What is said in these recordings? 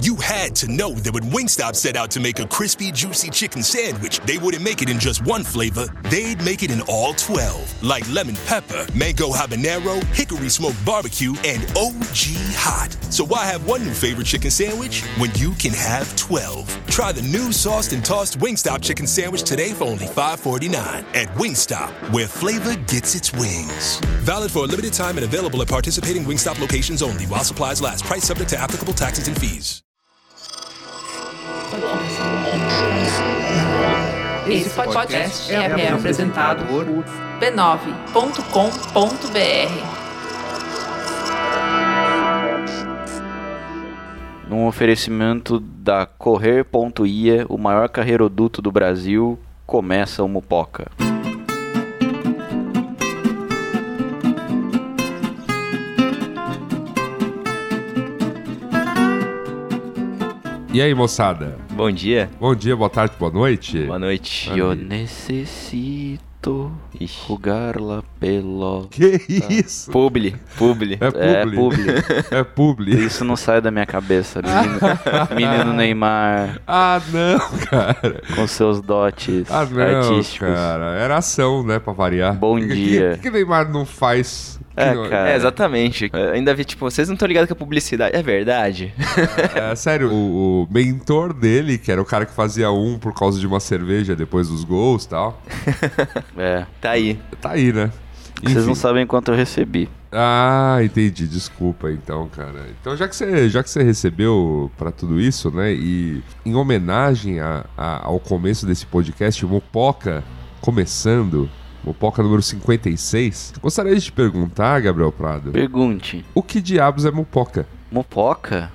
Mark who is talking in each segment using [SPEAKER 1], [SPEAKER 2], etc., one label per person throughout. [SPEAKER 1] You had to know that when Wingstop set out to make a crispy, juicy chicken sandwich, they wouldn't make it in just one flavor. They'd make it in all 12, like lemon pepper, mango habanero, hickory smoked barbecue, and OG hot. So why have one new favorite chicken sandwich when you can have 12? Try the new sauced and tossed Wingstop chicken sandwich today for only $5.49 at Wingstop, where flavor gets its wings. Valid for a limited time and available at participating Wingstop locations only while supplies last. Price subject to applicable taxes and fees.
[SPEAKER 2] Esse podcast é, é apresentado por b9.com.br.
[SPEAKER 3] num oferecimento da Correr.ia, o maior carreiroduto do Brasil, começa o Mupoca.
[SPEAKER 4] E aí, moçada?
[SPEAKER 3] Bom dia.
[SPEAKER 4] Bom dia, boa tarde, boa noite.
[SPEAKER 3] Boa noite.
[SPEAKER 4] Amigo.
[SPEAKER 3] Eu necessito rogar-la pelo...
[SPEAKER 4] Que isso?
[SPEAKER 3] Publi. Publi.
[SPEAKER 4] É publi. É publi.
[SPEAKER 3] Tá. Isso não sai da minha cabeça. Menino, menino Neymar,
[SPEAKER 4] Ah, não, cara.
[SPEAKER 3] com seus dotes
[SPEAKER 4] Ah, não,
[SPEAKER 3] artísticos.
[SPEAKER 4] cara. Era ação, né, pra variar.
[SPEAKER 3] Bom
[SPEAKER 4] Que- que-
[SPEAKER 3] dia.
[SPEAKER 4] Que, que Neymar não faz? Que
[SPEAKER 3] É,
[SPEAKER 4] não-
[SPEAKER 3] cara.
[SPEAKER 5] É, exatamente. É, Ainda vi, tipo, vocês não estão ligados com a publicidade. É verdade.
[SPEAKER 4] É, sério, o, o mentor dele, que era o cara que fazia um por causa de uma cerveja depois dos gols e tal,
[SPEAKER 3] É.
[SPEAKER 5] Tá aí.
[SPEAKER 4] tá aí, né?
[SPEAKER 3] Vocês
[SPEAKER 4] Enfim.
[SPEAKER 3] não sabem quanto eu recebi.
[SPEAKER 4] Ah, entendi. Desculpa, então, cara. Então, já que você, já que você recebeu pra tudo isso, né? E em homenagem a- a- ao começo desse podcast, Mupoca começando, Mupoca número 56, gostaria de te perguntar, Gabriel Prado,
[SPEAKER 3] Pergunte.
[SPEAKER 4] o que diabos é Mupoca?
[SPEAKER 3] Mopoca,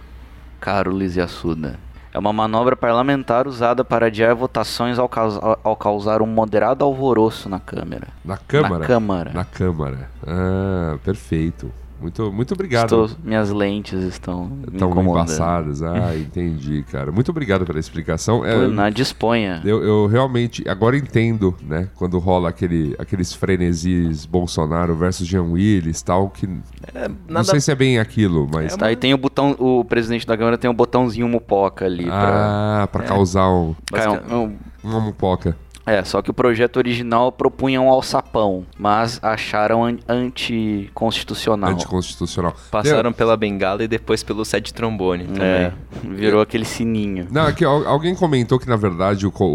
[SPEAKER 3] caro Luiz Assuda, é uma manobra parlamentar usada para adiar votações ao, causa- ao causar um moderado alvoroço na Câmara.
[SPEAKER 4] Na Câmara?
[SPEAKER 3] Na Câmara.
[SPEAKER 4] Na Câmara. Ah, perfeito. Muito, muito obrigado.
[SPEAKER 3] Estou, minhas lentes estão me
[SPEAKER 4] Tão
[SPEAKER 3] incomodando.
[SPEAKER 4] embaçadas. Ah, entendi, cara. Muito obrigado pela explicação. É,
[SPEAKER 3] Pô, Na disponha.
[SPEAKER 4] Eu, eu realmente agora entendo, né? Quando rola aquele, aqueles frenesis Bolsonaro versus Jean Willis tal, que não
[SPEAKER 5] nada-
[SPEAKER 4] sei se é bem aquilo, mas.
[SPEAKER 3] Tá, e tem o botão, o presidente da Câmara tem um botãozinho mupoca
[SPEAKER 5] É
[SPEAKER 3] ali pra-
[SPEAKER 4] ah,
[SPEAKER 5] né?
[SPEAKER 4] pra causar um,
[SPEAKER 3] Cai um- um-
[SPEAKER 4] uma mupoca.
[SPEAKER 3] É, só que o projeto original propunha um alçapão, mas acharam an- anticonstitucional.
[SPEAKER 4] Anticonstitucional.
[SPEAKER 5] Tá Passaram pela bengala e depois pelo set de trombone também.
[SPEAKER 3] É,
[SPEAKER 4] né?
[SPEAKER 3] virou aquele sininho.
[SPEAKER 4] Não, aqui alguém comentou que, na verdade, o, co-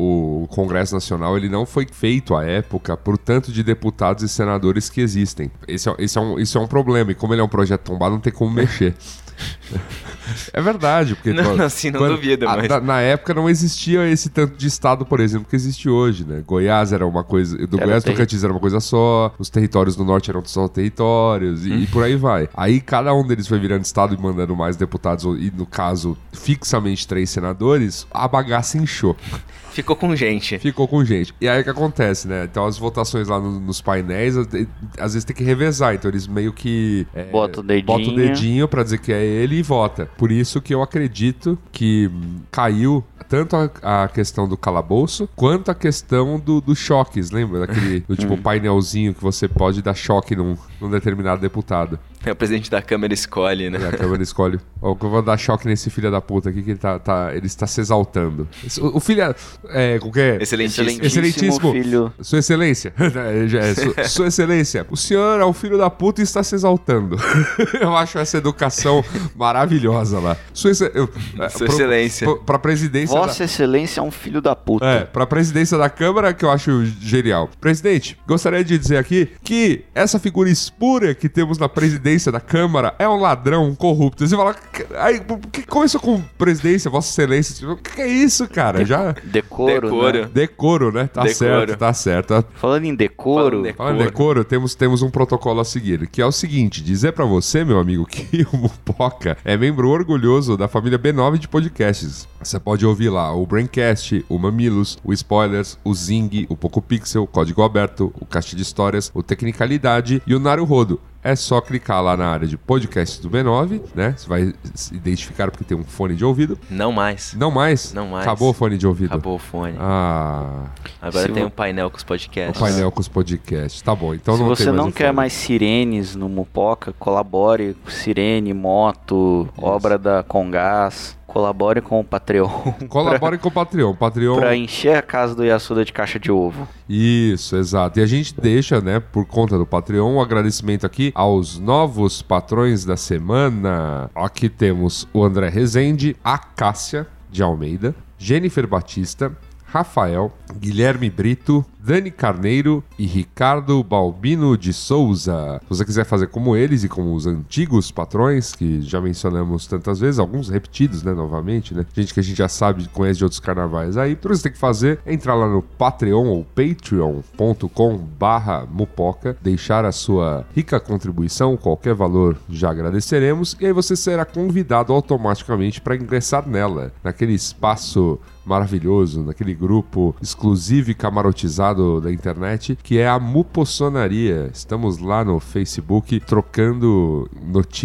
[SPEAKER 4] o Congresso Nacional ele não foi feito à época por tanto de deputados e senadores que existem. Esse é, esse é um, isso é um problema, e como ele é um projeto tombado, não tem como mexer. é verdade, porque.
[SPEAKER 5] Não,
[SPEAKER 4] quando-
[SPEAKER 5] não, sim, não duvido,
[SPEAKER 4] a-
[SPEAKER 5] mas-
[SPEAKER 4] na, na época não existia esse tanto de estado, por exemplo, que existe hoje, né? Goiás era uma coisa. Do
[SPEAKER 3] Era
[SPEAKER 4] Goiás
[SPEAKER 3] terri-
[SPEAKER 4] Tocantins era uma coisa só, os territórios do norte eram só territórios, e, e por aí vai. Aí cada um deles foi virando estado e mandando mais deputados, e no caso, fixamente três senadores, a bagaça inchou.
[SPEAKER 5] Ficou com gente.
[SPEAKER 4] Ficou com gente. E aí o que acontece, né? Então as votações lá no- nos painéis, às às vezes tem que revezar. Então eles meio que. é,
[SPEAKER 3] Bota o dedinho.
[SPEAKER 4] Bota o dedinho pra dizer que é ele e vota. Por isso que eu acredito que hum, caiu tanto a, a questão do calabouço quanto a questão do, dos choques, lembra? Daquele do, tipo painelzinho que você pode dar choque num, num determinado deputado.
[SPEAKER 5] É, O presidente da câmara escolhe,
[SPEAKER 4] E
[SPEAKER 5] né?
[SPEAKER 4] a Câmara escolhe. Ó, eu vou dar choque nesse filho da puta aqui que ele, tá, tá- ele está se exaltando. Esse- O, o filho é. é qualquer.
[SPEAKER 5] Excelentíssimo.
[SPEAKER 4] Excelentíssimo.
[SPEAKER 3] filho.
[SPEAKER 4] Sua Excelência. Já é, su- sua Excelência, o senhor é o filho da puta e está se exaltando. Eu acho essa educação maravilhosa lá. Sua, Exce- eu- é,
[SPEAKER 5] Sua
[SPEAKER 4] pro-
[SPEAKER 5] Excelência.
[SPEAKER 4] pro- Pra presidência. da-
[SPEAKER 3] Vossa Excelência é um filho da puta.
[SPEAKER 4] é, pra presidência da Câmara, que eu acho genial. Presidente, gostaria de dizer aqui que essa figura espúria que temos na presidência da Câmara é um ladrão, um corrupto. Você fala, "C- aí, por que começou com presidência, Vossa Excelência? Tipo, O que que é isso, cara? Já.
[SPEAKER 3] Decoro.
[SPEAKER 5] Decoro.
[SPEAKER 3] né?
[SPEAKER 4] Decoro, né? Tá
[SPEAKER 5] Decoro.
[SPEAKER 4] certo, tá certo.
[SPEAKER 3] Falando em decoro,
[SPEAKER 5] Falando em
[SPEAKER 4] Falando de couro, temos, temos um protocolo a seguir, que é o seguinte: dizer pra você, meu amigo, que o Mupoca é membro orgulhoso da família B9 de podcasts. Você pode ouvir lá o Braincast, o Mamilos, o Spoilers, o Zing, o Poco Pixel, o Código Aberto, o Caixa de Histórias, o Tecnicalidade e o Naru Rodo. É só clicar lá na área de podcast do B9, né? Você vai se identificar porque tem um fone de ouvido.
[SPEAKER 5] Não mais.
[SPEAKER 4] Não mais.
[SPEAKER 5] Não mais.
[SPEAKER 4] Acabou o fone de ouvido.
[SPEAKER 5] Acabou o fone.
[SPEAKER 4] Ah,
[SPEAKER 5] Agora
[SPEAKER 3] Se
[SPEAKER 5] tem
[SPEAKER 3] vo-
[SPEAKER 5] um painel com os podcasts.
[SPEAKER 4] o painel com os podcasts. Tá bom, então
[SPEAKER 3] É se
[SPEAKER 4] não
[SPEAKER 3] você
[SPEAKER 4] tem mais
[SPEAKER 3] não
[SPEAKER 4] o
[SPEAKER 3] quer
[SPEAKER 4] fone.
[SPEAKER 3] mais sirenes no Mupoca, colabore com sirene, moto, obra da Congás. colabore com o Patreon.
[SPEAKER 4] Colaborem com o Patreon. Patreon.
[SPEAKER 3] Pra encher a casa do Yasuda de caixa de ovo.
[SPEAKER 4] Isso, exato. E a gente deixa, né, por conta do Patreon, um agradecimento aqui aos novos patrões da semana. Aqui temos o André Rezende, a Cássia de Almeida, Jennifer Batista, Rafael, Guilherme Brito, Dani Carneiro e Ricardo Balbino de Souza. Se você quiser fazer como eles e como os antigos patrões, que já mencionamos tantas vezes, alguns repetidos, né, novamente, né? Gente que a gente já sabe, conhece de outros carnavais aí. Tudo que você tem que fazer é entrar lá no Patreon ou patreon.com barra mupoca, deixar a sua rica contribuição, qualquer valor já agradeceremos, e aí você será convidado automaticamente para ingressar nela, naquele espaço maravilhoso, naquele grupo exclusivo e camarotizado da internet, que é a Mupossonaria. Estamos lá no Facebook trocando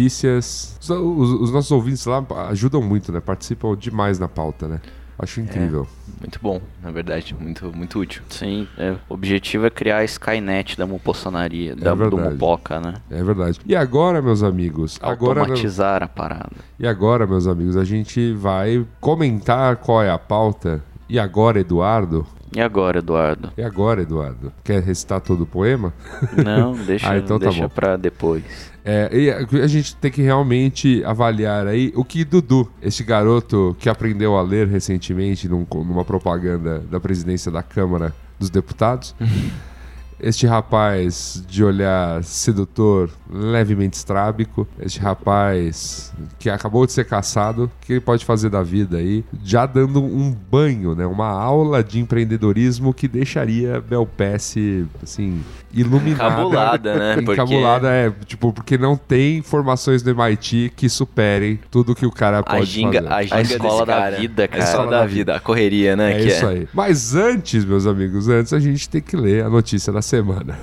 [SPEAKER 4] notícias. Os, os- os nossos ouvintes lá ajudam muito, né? Participam demais na pauta, né? Acho incrível.
[SPEAKER 5] Muito bom, na verdade. Muito, muito útil.
[SPEAKER 3] Sim, é, o objetivo é criar a Skynet da mupossonaria, da, do
[SPEAKER 4] É verdade.
[SPEAKER 3] mupoca, né?
[SPEAKER 4] É, verdade. E agora, meus amigos, agora
[SPEAKER 3] Automatizar a parada.
[SPEAKER 4] e agora, meus amigos, a gente vai comentar qual é a pauta. E agora, Eduardo?
[SPEAKER 3] E agora, Eduardo?
[SPEAKER 4] E agora, Eduardo? Quer recitar todo o poema?
[SPEAKER 3] Não, deixa,
[SPEAKER 4] Ah, então tá
[SPEAKER 3] deixa
[SPEAKER 4] bom.
[SPEAKER 3] pra depois.
[SPEAKER 4] É, e a, a gente tem que realmente avaliar aí o que Dudu, esse garoto que aprendeu a ler recentemente num- numa propaganda da presidência da Câmara dos Deputados, este rapaz de olhar sedutor, levemente estrábico, este rapaz que acabou de ser caçado, o que ele pode fazer da vida aí, já dando um banho, né? Uma aula de empreendedorismo que deixaria Belpesse, assim, iluminada.
[SPEAKER 5] Encabulada, né? Porque-
[SPEAKER 4] Encabulada, é, tipo, porque não tem formações do MIT que superem tudo que o cara pode
[SPEAKER 5] A ginga,
[SPEAKER 4] é fazer.
[SPEAKER 5] a ginga
[SPEAKER 3] escola
[SPEAKER 5] desse
[SPEAKER 3] da
[SPEAKER 5] cara.
[SPEAKER 3] vida,
[SPEAKER 5] A
[SPEAKER 3] cara.
[SPEAKER 5] escola da vida, a correria, né?
[SPEAKER 4] É
[SPEAKER 5] que
[SPEAKER 4] isso aí. Mas antes, meus amigos, antes a gente tem que ler a notícia da semana.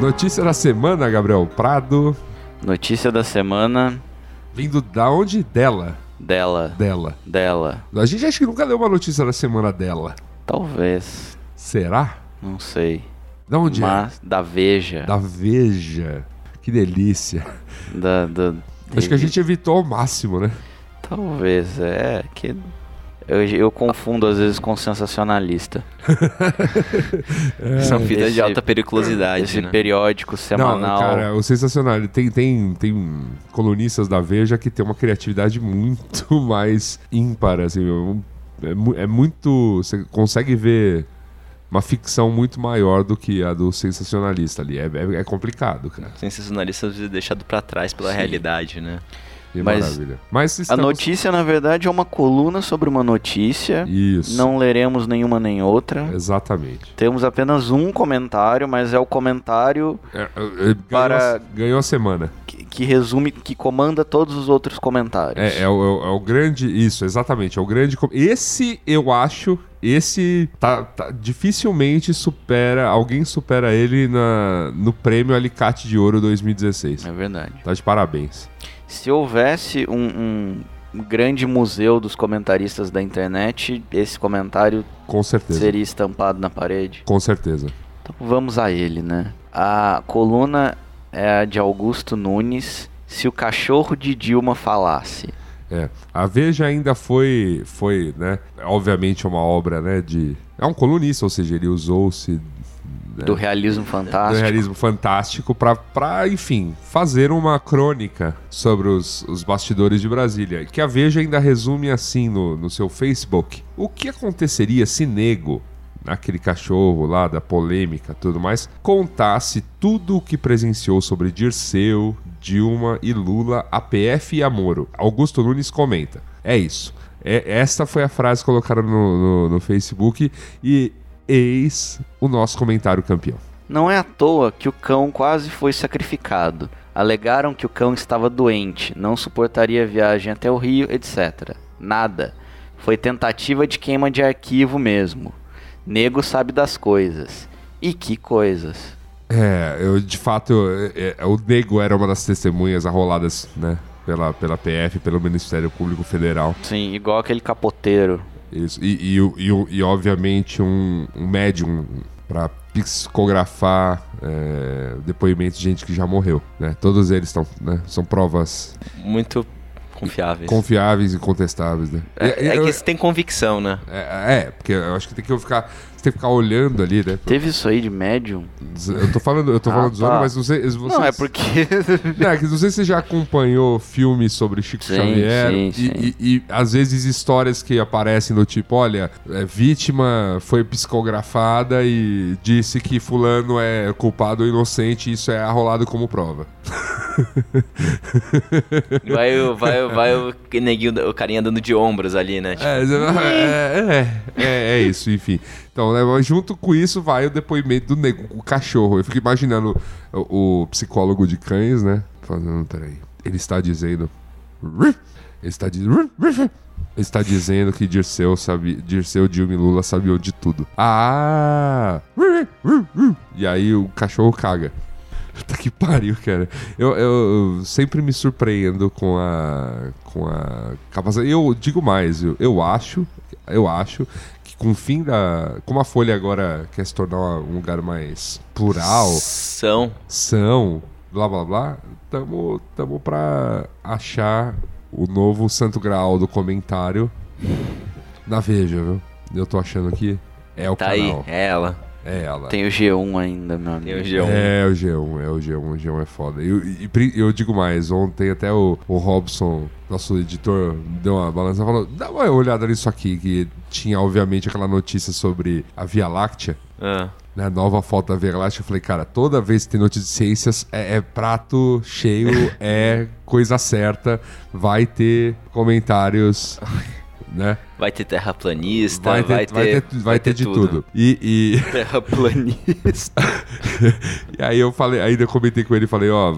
[SPEAKER 4] Notícia da semana, Gabriel Prado.
[SPEAKER 3] Notícia da semana
[SPEAKER 4] Vindo da onde? Dela.
[SPEAKER 3] dela.
[SPEAKER 4] Dela.
[SPEAKER 3] Dela.
[SPEAKER 4] A gente acho que nunca deu uma notícia da semana dela.
[SPEAKER 3] Talvez.
[SPEAKER 4] Será?
[SPEAKER 3] Não sei.
[SPEAKER 4] Da onde
[SPEAKER 3] Mas da Veja.
[SPEAKER 4] é? Da Veja. Que delícia.
[SPEAKER 3] Da, da-
[SPEAKER 4] Acho que a gente evitou ao máximo, né?
[SPEAKER 3] Talvez, é. Que... Eu, eu confundo às vezes com sensacionalista.
[SPEAKER 5] é. São fitas
[SPEAKER 3] Esse-
[SPEAKER 5] de alta periculosidade,
[SPEAKER 3] Esse
[SPEAKER 5] né?
[SPEAKER 3] periódico semanal.
[SPEAKER 4] Não, cara, o sensacional. ele Tem, tem, tem colunistas da Veja que tem uma criatividade muito mais ímpar, assim. um- É, mu- é muito. Você consegue ver uma ficção muito maior do que a do sensacionalista ali. É, é- é complicado, cara.
[SPEAKER 5] Sensacionalistas deixado pra trás pela
[SPEAKER 3] Sim.
[SPEAKER 5] realidade, né?
[SPEAKER 4] Que
[SPEAKER 3] Mas
[SPEAKER 4] É maravilha. Mas
[SPEAKER 3] a
[SPEAKER 4] estamos...
[SPEAKER 3] notícia, na verdade, é uma coluna sobre uma notícia.
[SPEAKER 4] Isso. É.
[SPEAKER 3] Não leremos nenhuma nem outra.
[SPEAKER 4] Exatamente.
[SPEAKER 3] Temos apenas um comentário, mas é o comentário
[SPEAKER 4] É, é, é, ganhou
[SPEAKER 3] Para-
[SPEAKER 4] a- ganhou a semana.
[SPEAKER 3] que, que resume, que comanda todos os outros comentários.
[SPEAKER 4] É, é o, é o- é o grande. Isso, exatamente. É o grande. com- Esse, eu acho. Esse tá, tá- dificilmente supera. Alguém supera ele na, no prêmio Alicate de Ouro 2016.
[SPEAKER 3] É verdade.
[SPEAKER 4] Tá de parabéns.
[SPEAKER 3] Se houvesse um, um grande museu dos comentaristas da internet, esse comentário
[SPEAKER 4] Com certeza.
[SPEAKER 3] seria estampado na parede.
[SPEAKER 4] Com certeza.
[SPEAKER 3] Então vamos a ele, né? A coluna é a de Augusto Nunes. Se o cachorro de Dilma falasse.
[SPEAKER 4] É. A Veja ainda foi, foi, né? Obviamente é uma obra, né? De. É um colunista, ou seja, ele usou-se
[SPEAKER 3] Do realismo
[SPEAKER 4] É. do
[SPEAKER 3] fantástico.
[SPEAKER 4] realismo fantástico pra- pra, enfim, fazer uma crônica sobre os, os bastidores de Brasília. Que a Veja ainda resume assim no, no seu Facebook. O que aconteceria se Nego, aquele cachorro lá da polêmica e tudo mais, contasse tudo o que presenciou sobre Dirceu, Dilma e Lula, APF e Amoro? Augusto Nunes comenta. É isso. É, esta foi a frase que colocaram no- no- no Facebook e eis o nosso comentário campeão.
[SPEAKER 3] Não é à toa que o cão quase foi sacrificado. Alegaram que o cão estava doente, não suportaria a viagem até o Rio, etc. Nada. Foi tentativa de queima de arquivo mesmo. Nego sabe das coisas. E que coisas.
[SPEAKER 4] É, eu de fato, eu- é, é, o Nego era uma das testemunhas arroladas, né? Pela, pela PF, pelo Ministério Público Federal.
[SPEAKER 3] Sim, igual aquele capoteiro
[SPEAKER 4] Isso. E, e, o- e o- e, obviamente, um, um médium para psicografar é, depoimentos de gente que já morreu. Né? Todos eles estão, né? são provas
[SPEAKER 5] Muito confiáveis.
[SPEAKER 4] confiáveis e incontestáveis. Né?
[SPEAKER 5] É,
[SPEAKER 4] E-
[SPEAKER 5] é
[SPEAKER 4] eu-
[SPEAKER 5] que você tem convicção, né?
[SPEAKER 4] é- é, porque eu acho que tem que ficar. Você tem que ficar olhando ali, né?
[SPEAKER 3] Teve isso aí de médium?
[SPEAKER 4] Eu tô falando, eu tô
[SPEAKER 3] Ah,
[SPEAKER 4] falando zona,
[SPEAKER 3] tá.
[SPEAKER 4] mas não sei. Vocês,
[SPEAKER 3] Não, é porque.
[SPEAKER 4] Não, é que não sei se você já acompanhou filmes sobre Chico
[SPEAKER 3] Sim,
[SPEAKER 4] Xavier
[SPEAKER 3] sim,
[SPEAKER 4] e,
[SPEAKER 3] sim.
[SPEAKER 4] e- e, às vezes histórias que aparecem do tipo, olha, é, vítima foi psicografada e disse que fulano é culpado ou inocente e isso é arrolado como prova.
[SPEAKER 5] Vai, o- vai, o- vai o neguinho, o carinha dando de ombros ali, né? Tipo,
[SPEAKER 4] É, é, é, é, é isso, enfim. Então, né, mas junto com isso vai o depoimento do nego, o cachorro. Eu fico imaginando o, o psicólogo de cães, né? Falando, peraí. Ele está dizendo. Ele está dizendo. Ele está dizendo que Dirceu, sabe, Dirceu, Dilma e Lula sabiam de tudo. Ah! E aí o cachorro caga. Puta que pariu, cara. Eu, eu- eu sempre me surpreendo com a. com a capacidade. Eu digo mais, eu, eu acho, eu acho que com o fim da. Como a Folha agora quer se tornar um lugar mais plural,
[SPEAKER 5] São.
[SPEAKER 4] são, blá blá blá, tamo, tamo pra achar o novo santo graal do comentário na Veja, viu? Eu tô achando que é o
[SPEAKER 5] Tá aí,
[SPEAKER 4] canal.
[SPEAKER 5] é ela.
[SPEAKER 4] É ela.
[SPEAKER 3] Tem o G1 ainda, meu
[SPEAKER 5] Tem
[SPEAKER 3] amigo.
[SPEAKER 5] o G1.
[SPEAKER 4] É, o G1, é o G1, o G1 é foda. E, e- e pri- eu digo mais, ontem até o, o Robson, nosso editor, deu uma balança e falou: dá uma olhada nisso aqui, que tinha obviamente aquela notícia sobre a Via Láctea.
[SPEAKER 5] Ah.
[SPEAKER 4] Na nova foto da Via Láctea, eu falei, cara, toda vez que tem notícia de ciências, é, é prato cheio, é coisa certa, vai ter comentários, né?
[SPEAKER 5] Vai ter terraplanista,
[SPEAKER 4] Vai ter, Tá, vai ter, vai ter, de tudo. E- e...
[SPEAKER 5] Terraplanista.
[SPEAKER 4] E aí eu falei, ainda comentei com ele e falei, ó,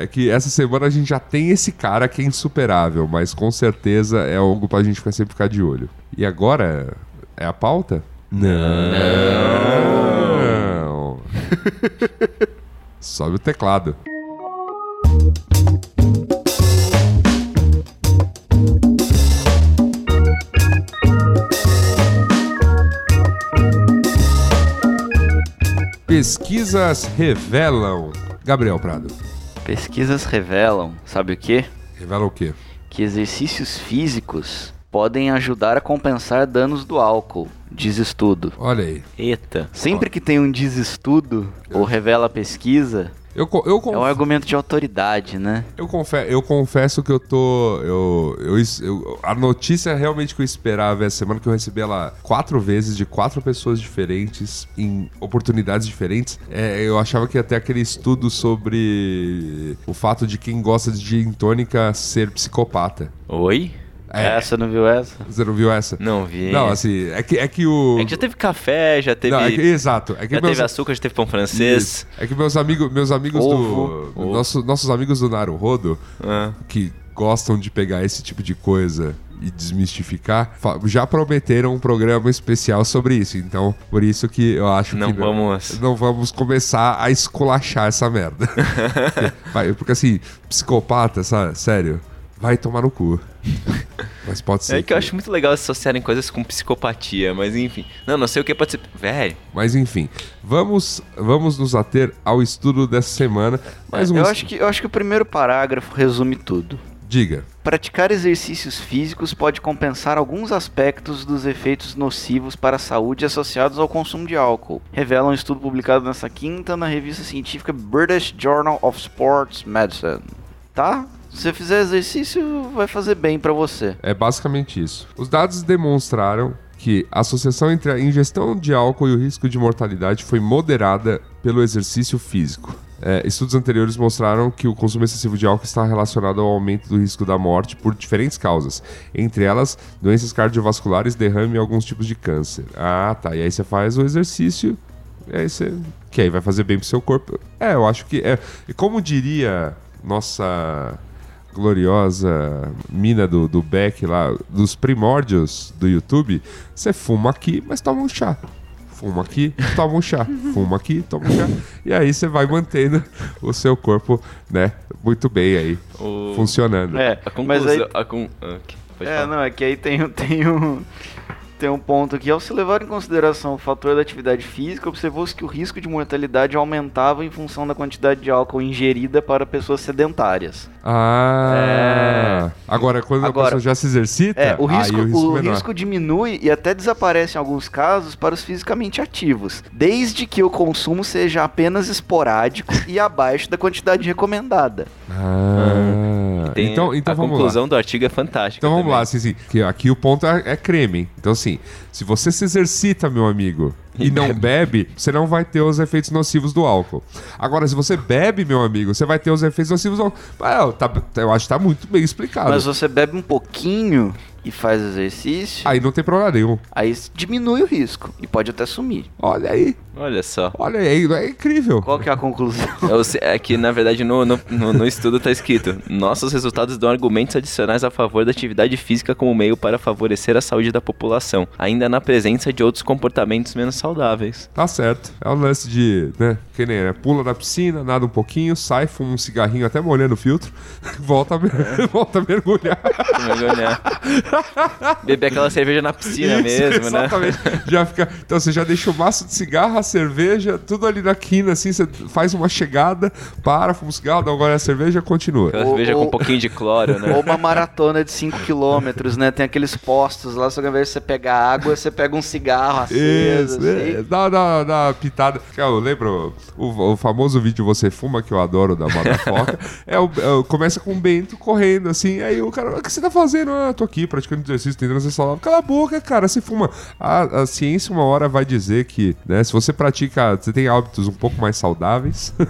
[SPEAKER 4] é que essa semana a gente já tem esse cara que é insuperável, mas com certeza é algo pra gente ficar- sempre ficar de olho. E agora é a pauta? Não. Sobe o teclado. Pesquisas revelam. Gabriel Prado.
[SPEAKER 3] um. Pesquisas revelam, sabe o quê?
[SPEAKER 4] Revela o quê?
[SPEAKER 3] Que exercícios físicos podem ajudar a compensar danos do álcool, diz estudo.
[SPEAKER 4] Olha aí.
[SPEAKER 5] Eita.
[SPEAKER 3] Sempre que tem um diz estudo ou revela a pesquisa,
[SPEAKER 4] Eu, co- eu
[SPEAKER 3] é um argumento de autoridade, né?
[SPEAKER 4] Eu, confe- eu confesso que eu tô. Eu, eu es- eu- a notícia realmente que eu esperava essa semana, que eu recebi ela quatro vezes de quatro pessoas diferentes, em oportunidades diferentes. é, eu achava que ia ter aquele estudo sobre o fato de quem gosta de gin tônica ser psicopata.
[SPEAKER 5] Oi?
[SPEAKER 4] É.
[SPEAKER 3] Essa não viu essa?
[SPEAKER 4] Você não viu essa?
[SPEAKER 5] Não vi.
[SPEAKER 4] Não, assim, é que, é que o.
[SPEAKER 5] É que já teve café, já teve.
[SPEAKER 4] Não, é que- exato. É que
[SPEAKER 5] já
[SPEAKER 4] meus-
[SPEAKER 5] teve açúcar, já teve pão francês.
[SPEAKER 4] É que meus amigos, meus amigos
[SPEAKER 3] Ovo.
[SPEAKER 4] do. Nosso, nossos amigos do Naruhodo,
[SPEAKER 5] Ah.
[SPEAKER 4] que gostam de pegar esse tipo de coisa e desmistificar, fa- já prometeram um programa especial sobre isso. Então, por isso que eu acho
[SPEAKER 5] Não
[SPEAKER 4] que
[SPEAKER 5] vamos.
[SPEAKER 4] não vamos começar a esculachar essa merda. Vai, porque assim, psicopata, sabe? sério, vai tomar no cu. Mas pode ser.
[SPEAKER 5] É que eu acho muito legal associarem coisas com psicopatia, mas enfim. Não, não sei o que pode ser. Velho,
[SPEAKER 4] Mas enfim, vamos, vamos nos ater ao estudo dessa semana. Mais um
[SPEAKER 5] É,
[SPEAKER 3] eu,
[SPEAKER 4] estu-
[SPEAKER 3] acho que, eu acho que o primeiro parágrafo resume tudo.
[SPEAKER 4] Diga.
[SPEAKER 3] Praticar exercícios físicos pode compensar alguns aspectos dos efeitos nocivos para a saúde associados ao consumo de álcool, revela um estudo publicado nesta quinta na revista científica British Journal of Sports Medicine. Tá? Se você fizer exercício, vai fazer bem pra você.
[SPEAKER 4] É basicamente isso. Os dados demonstraram que a associação entre a ingestão de álcool e o risco de mortalidade foi moderada pelo exercício físico. É, estudos anteriores mostraram que o consumo excessivo de álcool está relacionado ao aumento do risco da morte por diferentes causas, entre elas doenças cardiovasculares, derrame e alguns tipos de câncer. Ah, tá. E aí você faz o exercício, e aí você. Que aí vai fazer bem pro seu corpo. É, eu acho que. É. E como diria nossa gloriosa mina do, do Beck lá, dos primórdios do YouTube, você fuma aqui, mas toma um chá. Fuma aqui, toma um chá. Fuma aqui, toma um chá. E aí você vai mantendo o seu corpo, né, muito bem aí,
[SPEAKER 5] O-
[SPEAKER 4] funcionando.
[SPEAKER 3] É,
[SPEAKER 5] a conclusão.
[SPEAKER 3] mas aí.
[SPEAKER 5] A con... ah, ok, pode
[SPEAKER 3] É,
[SPEAKER 5] falar.
[SPEAKER 3] não, é que aí tem, um- tem um. Tem um ponto aqui. Ao se levar em consideração o fator da atividade física, observou-se que o risco de mortalidade aumentava em função da quantidade de álcool ingerida para pessoas sedentárias.
[SPEAKER 4] Ah. Agora, quando
[SPEAKER 3] É. Agora-
[SPEAKER 4] a pessoa já se exercita,
[SPEAKER 3] É, o
[SPEAKER 4] aí
[SPEAKER 3] risco,
[SPEAKER 4] o risco
[SPEAKER 3] o
[SPEAKER 4] é menor.
[SPEAKER 3] risco diminui e até desaparece em alguns casos para os fisicamente ativos, desde que o consumo seja apenas esporádico e abaixo da quantidade recomendada. É.
[SPEAKER 4] Ah.
[SPEAKER 5] Tem-
[SPEAKER 4] então, então
[SPEAKER 5] a
[SPEAKER 4] vamos lá.
[SPEAKER 5] conclusão do artigo é fantástica.
[SPEAKER 4] Então vamos
[SPEAKER 5] também.
[SPEAKER 4] lá, assim, assim, que aqui o ponto é, é creme. hein? Então, assim, se você se exercita, meu amigo, e não bebe, você não vai ter os efeitos nocivos do álcool. Agora, se você bebe, meu amigo, você vai ter os efeitos nocivos do álcool. Ah, eu, tá- eu acho que tá muito bem explicado.
[SPEAKER 3] Mas você bebe um pouquinho e faz exercício,
[SPEAKER 4] Aí não tem problema nenhum.
[SPEAKER 3] aí isso diminui o risco e pode até sumir.
[SPEAKER 4] Olha aí,
[SPEAKER 5] Olha só.
[SPEAKER 4] olha aí, é incrível.
[SPEAKER 3] Qual que é a conclusão?
[SPEAKER 5] É o se- É que, na verdade, no, no, no- no estudo tá escrito: nossos resultados dão argumentos adicionais a favor da atividade física como meio para favorecer a saúde da população, ainda na presença de outros comportamentos menos saudáveis.
[SPEAKER 4] Tá certo. É o lance de, né? Que nem, né? Pula na piscina, nada um pouquinho, sai, fuma um cigarrinho até molhando o filtro, volta a, mer- volta a mergulhar.
[SPEAKER 5] Mergulhar. Beber aquela cerveja na piscina
[SPEAKER 4] Isso,
[SPEAKER 5] mesmo, né?
[SPEAKER 4] exatamente. Já fica, então você já deixa o maço de cigarro, a cerveja, tudo ali na quina, assim, você faz uma chegada, para, fuma um cigarro, dá um gole na cerveja, continua.
[SPEAKER 5] Aquela
[SPEAKER 3] Ou-
[SPEAKER 5] cerveja com
[SPEAKER 3] ou-
[SPEAKER 5] um pouquinho de cloro, né?
[SPEAKER 3] Ou uma maratona de 5km, né? Tem aqueles postos lá, só que ao invés de você pegar água, você pega um cigarro
[SPEAKER 4] Isso,
[SPEAKER 3] aceso, assim.
[SPEAKER 4] é, dá, dá, dá uma pitada. Que Eu lembro o, o famoso vídeo Você Fuma, que eu adoro, da Madafoca. é o, é o- começa com o Bento correndo, assim. Aí o cara, o que você tá fazendo? Ah, tô aqui praticando exercício, tentando ser saudável. Cala a boca, cara, você fuma. A, a ciência uma hora vai dizer que, né, se você pratica, você tem hábitos um pouco mais saudáveis.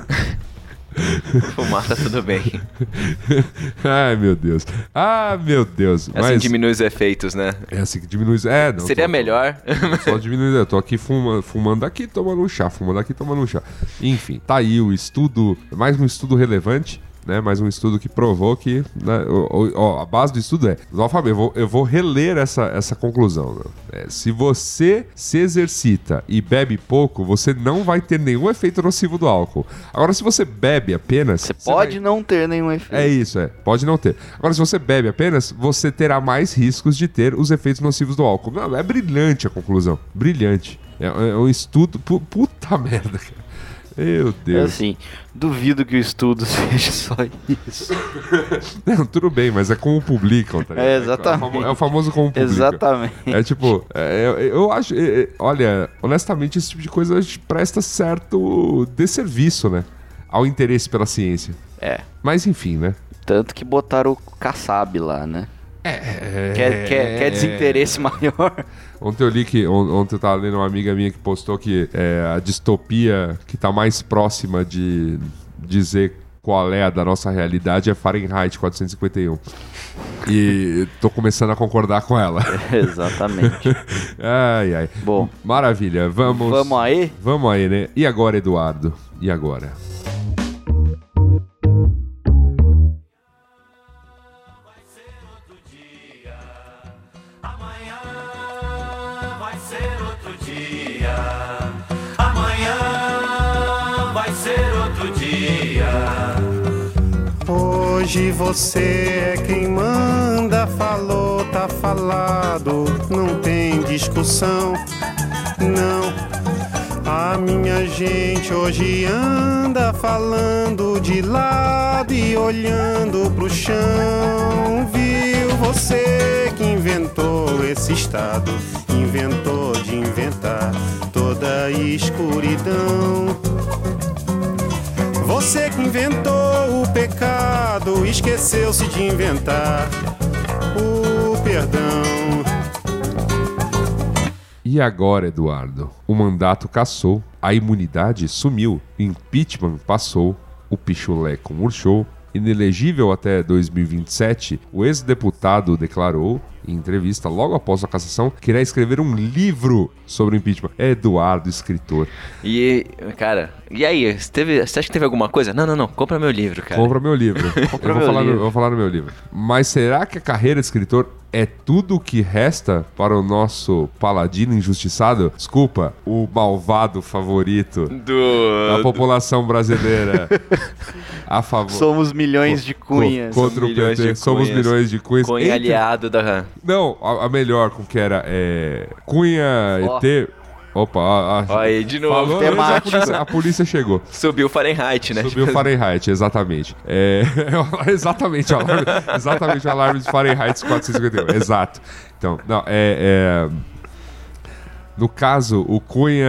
[SPEAKER 5] Fumar tá tudo bem.
[SPEAKER 4] Ai, meu Deus. Ah, meu Deus.
[SPEAKER 5] Assim diminui os efeitos, né?
[SPEAKER 4] É assim que diminui. É, não.
[SPEAKER 5] Seria
[SPEAKER 4] tô-
[SPEAKER 5] melhor.
[SPEAKER 4] Só diminui. Eu tô aqui fuma, fumando aqui, tomando um chá, fumando aqui, tomando um chá. Enfim, tá aí o estudo, mais um estudo relevante. Né, mais um estudo que provou que né, o- o- ó, a base do estudo é Fábio, eu vou, eu vou reler essa, essa conclusão né? É, se você se exercita e bebe pouco você não vai ter nenhum efeito nocivo do álcool agora se você bebe apenas
[SPEAKER 3] Você
[SPEAKER 4] vai-
[SPEAKER 3] pode não ter nenhum efeito.
[SPEAKER 4] é isso, é. Pode não ter. Agora, se você bebe apenas, você terá mais riscos de ter os efeitos nocivos do álcool. Não, é brilhante a conclusão. Brilhante. É, é um estudo. pu- puta merda, cara. Meu
[SPEAKER 3] É
[SPEAKER 4] Deus.
[SPEAKER 3] assim, duvido que o estudo seja só isso.
[SPEAKER 4] Não, tudo bem, mas é como publicam, tá ligado?
[SPEAKER 3] É, exatamente.
[SPEAKER 4] É o famo- É o famoso como publicam.
[SPEAKER 3] Exatamente.
[SPEAKER 4] É tipo, é, eu, eu acho. é, é, olha, honestamente, esse tipo de coisa presta certo desserviço, né? Ao interesse pela ciência.
[SPEAKER 3] É.
[SPEAKER 4] Mas enfim, né?
[SPEAKER 3] Tanto que botaram o Kassab lá, né? É. Quer, quer, quer desinteresse maior?
[SPEAKER 4] Ontem eu li que. on- Ontem eu tava lendo uma amiga minha que postou que é, a distopia que tá mais próxima de dizer qual é a da nossa realidade é Fahrenheit 451. E tô começando a concordar com ela.
[SPEAKER 3] Exatamente.
[SPEAKER 4] Ai, ai.
[SPEAKER 3] Bom,
[SPEAKER 4] Maravilha, vamos.
[SPEAKER 3] vamos aí?
[SPEAKER 4] Vamos aí, né? E agora, Eduardo? E agora?
[SPEAKER 6] vai ser outro dia. Amanhã vai ser outro dia.
[SPEAKER 7] Hoje você é quem manda, falou, tá falado, não tem discussão, não. A minha gente hoje anda falando de lado e olhando pro chão. Viu você que inventou esse estado, inventou de inventar toda a escuridão. Você que inventou o pecado, esqueceu-se de inventar o perdão.
[SPEAKER 4] E agora, Eduardo? O mandato cassou, a imunidade sumiu, impeachment passou, o pichuleco murchou, inelegível até 2027, o ex-deputado declarou, em entrevista logo após a cassação, que É irá escrever um livro sobre o impeachment. Eduardo, escritor.
[SPEAKER 5] E, cara, E aí, teve, você acha que teve alguma coisa? Não, não, não. Compra meu livro, cara.
[SPEAKER 4] Compra meu livro. eu vou,
[SPEAKER 3] meu
[SPEAKER 4] falar No,
[SPEAKER 3] livro.
[SPEAKER 4] vou falar no meu livro. Mas será que a carreira de escritor é tudo o que resta para o nosso paladino injustiçado? Desculpa, o malvado favorito
[SPEAKER 5] Do.
[SPEAKER 4] da população brasileira. a favor.
[SPEAKER 3] Somos milhões de cunhas.
[SPEAKER 4] Co- contra o
[SPEAKER 5] Milhões
[SPEAKER 4] PT.
[SPEAKER 5] de
[SPEAKER 4] Somos
[SPEAKER 5] cunhas.
[SPEAKER 4] milhões de cunhas.
[SPEAKER 5] Cunha
[SPEAKER 4] Entre-
[SPEAKER 5] aliado da.
[SPEAKER 4] Não, a, a melhor, como que era? É... Cunha
[SPEAKER 3] Ó.
[SPEAKER 4] ET. Opa, ó, ó.
[SPEAKER 5] Ó, aí, de novo.
[SPEAKER 4] Falou, antes, a,
[SPEAKER 3] Temática.
[SPEAKER 4] polícia, a polícia chegou.
[SPEAKER 5] Subiu o Fahrenheit, né?
[SPEAKER 4] Subiu o Fahrenheit, exatamente. É, exatamente, o alarme, exatamente o alarme de Fahrenheit 451. Exato. Então, não, é. é, no caso, o Cunha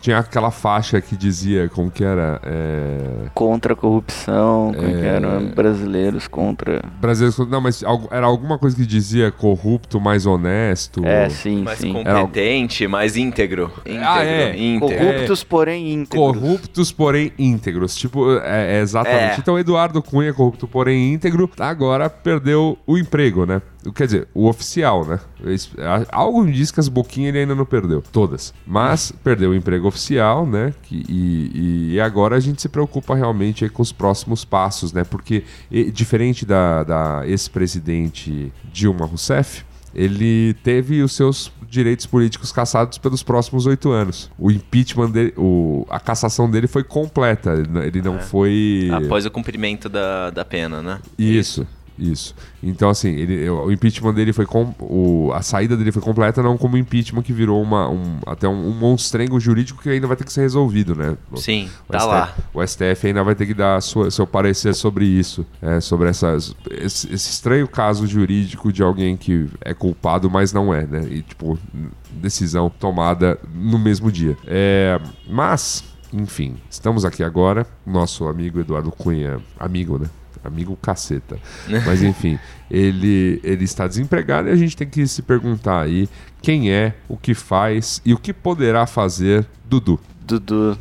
[SPEAKER 4] tinha aquela faixa que dizia como que era. É,
[SPEAKER 3] Contra a corrupção, como é que era? brasileiros contra.
[SPEAKER 4] brasileiros. Não, mas algo- era alguma coisa que dizia corrupto, mais honesto.
[SPEAKER 3] É, sim,
[SPEAKER 5] mais
[SPEAKER 3] sim.
[SPEAKER 5] competente, mais íntegro. Íntegro,
[SPEAKER 4] Ah, é.
[SPEAKER 5] íntegro.
[SPEAKER 3] Corruptos, porém íntegros.
[SPEAKER 4] Corruptos, porém íntegros. Tipo, é, é exatamente.
[SPEAKER 5] É.
[SPEAKER 4] Então, Eduardo Cunha, corrupto, porém íntegro, agora perdeu o emprego, né? Quer dizer, o oficial, né? Es- a- Algo me diz que as boquinhas ele ainda não perdeu. Todas. Mas perdeu o emprego oficial, né? Que- e, e agora a gente se preocupa realmente aí com os próximos passos, né? Porque, e- diferente da, da ex-presidente Dilma Rousseff, ele teve os seus direitos políticos cassados pelos próximos oito anos. O impeachment dele, o- a cassação dele foi completa. ele não- Ele não É. Ah, foi.
[SPEAKER 5] Após o cumprimento da, da pena, né?
[SPEAKER 4] Isso, isso. Então, assim, ele- o impeachment dele foi. com- o- a saída dele foi completa, não como impeachment que virou uma, um- até um, um monstrengo jurídico que ainda vai ter que ser resolvido, né?
[SPEAKER 5] Sim,
[SPEAKER 4] O
[SPEAKER 5] tá
[SPEAKER 4] STF
[SPEAKER 5] lá.
[SPEAKER 4] O STF ainda vai ter que dar sua- seu parecer sobre isso, é, sobre essas, esse, esse estranho caso jurídico de alguém que é culpado, mas não é, né? E, tipo, n- decisão tomada no mesmo dia. É, mas, enfim, estamos aqui agora. Nosso amigo Eduardo Cunha, amigo, né? Amigo caceta. Mas enfim, ele, ele está desempregado e a gente tem que se perguntar aí quem é, o que faz e o que poderá fazer Dudu.
[SPEAKER 3] Dudu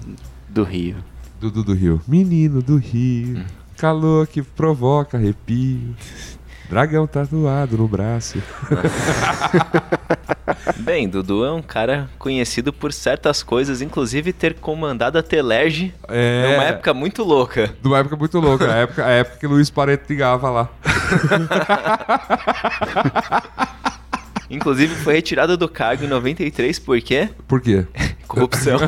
[SPEAKER 3] do Rio.
[SPEAKER 4] Dudu do Rio. Menino do
[SPEAKER 3] Hum.
[SPEAKER 4] Rio, calor que provoca arrepio. Dragão tatuado no braço.
[SPEAKER 5] Bem, Dudu é um cara conhecido por certas coisas, inclusive ter comandado a Telerge
[SPEAKER 4] É.
[SPEAKER 5] numa época muito louca.
[SPEAKER 4] De uma época muito louca, a época, a época que Luiz Pareto ligava lá.
[SPEAKER 5] Inclusive foi retirado do cargo em 93 por quê?
[SPEAKER 4] Por quê?
[SPEAKER 5] Corrupção.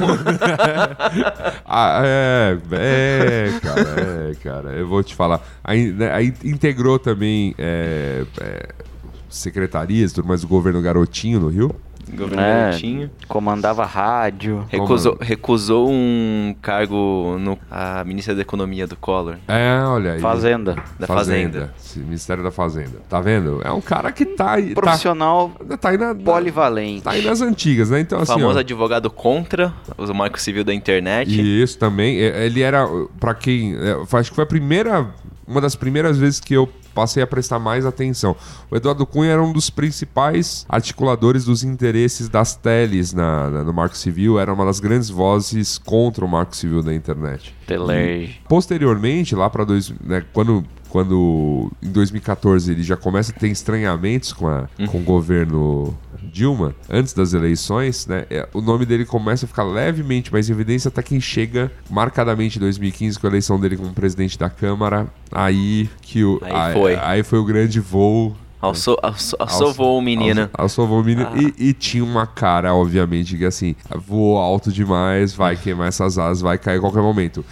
[SPEAKER 4] Ah, é, é, cara, é, cara, eu vou te falar. Aí, né, aí integrou também é, é, secretarias e tudo mais do governo Garotinho no Rio.
[SPEAKER 5] Governo
[SPEAKER 3] É,
[SPEAKER 5] Garotinho.
[SPEAKER 3] comandava rádio.
[SPEAKER 4] É.
[SPEAKER 5] Recusou, recusou um cargo no a ministra da Economia do Collor.
[SPEAKER 4] É, olha aí.
[SPEAKER 3] Fazenda.
[SPEAKER 4] Tá.
[SPEAKER 5] Da Fazenda.
[SPEAKER 4] Esse Ministério da Fazenda. Tá vendo? É um cara que tá aí. Tá,
[SPEAKER 3] Profissional
[SPEAKER 4] tá aí na. na-
[SPEAKER 3] polivalente.
[SPEAKER 4] Tá aí nas antigas, né? Então,
[SPEAKER 5] O
[SPEAKER 4] assim.
[SPEAKER 5] famoso
[SPEAKER 4] ó,
[SPEAKER 5] advogado contra o marco civil da internet.
[SPEAKER 4] E isso também. é, Ele era, pra quem. é, Acho que foi a primeira. Uma das primeiras vezes que eu passei a prestar mais atenção. O Eduardo Cunha era um dos principais articuladores dos interesses das teles na, na- no Marco Civil, era uma das grandes vozes contra o Marco Civil da internet.
[SPEAKER 3] Telerge.
[SPEAKER 4] Posteriormente, lá para dois, né, quando quando em 2014 ele já começa a ter estranhamentos com, a,
[SPEAKER 5] Uhum.
[SPEAKER 4] com o governo Dilma, antes das eleições, né, é, o nome dele começa a ficar levemente mais em evidência até quem chega marcadamente em 2015 com a eleição dele como presidente da Câmara, aí que o
[SPEAKER 5] Aí foi.
[SPEAKER 4] aí foi o grande voo
[SPEAKER 5] Alçou, alçou, alçou voo, menina.
[SPEAKER 4] ela salvou o menino. E, e tinha uma cara, obviamente, que assim, voou alto demais, vai queimar essas asas, vai cair a qualquer momento.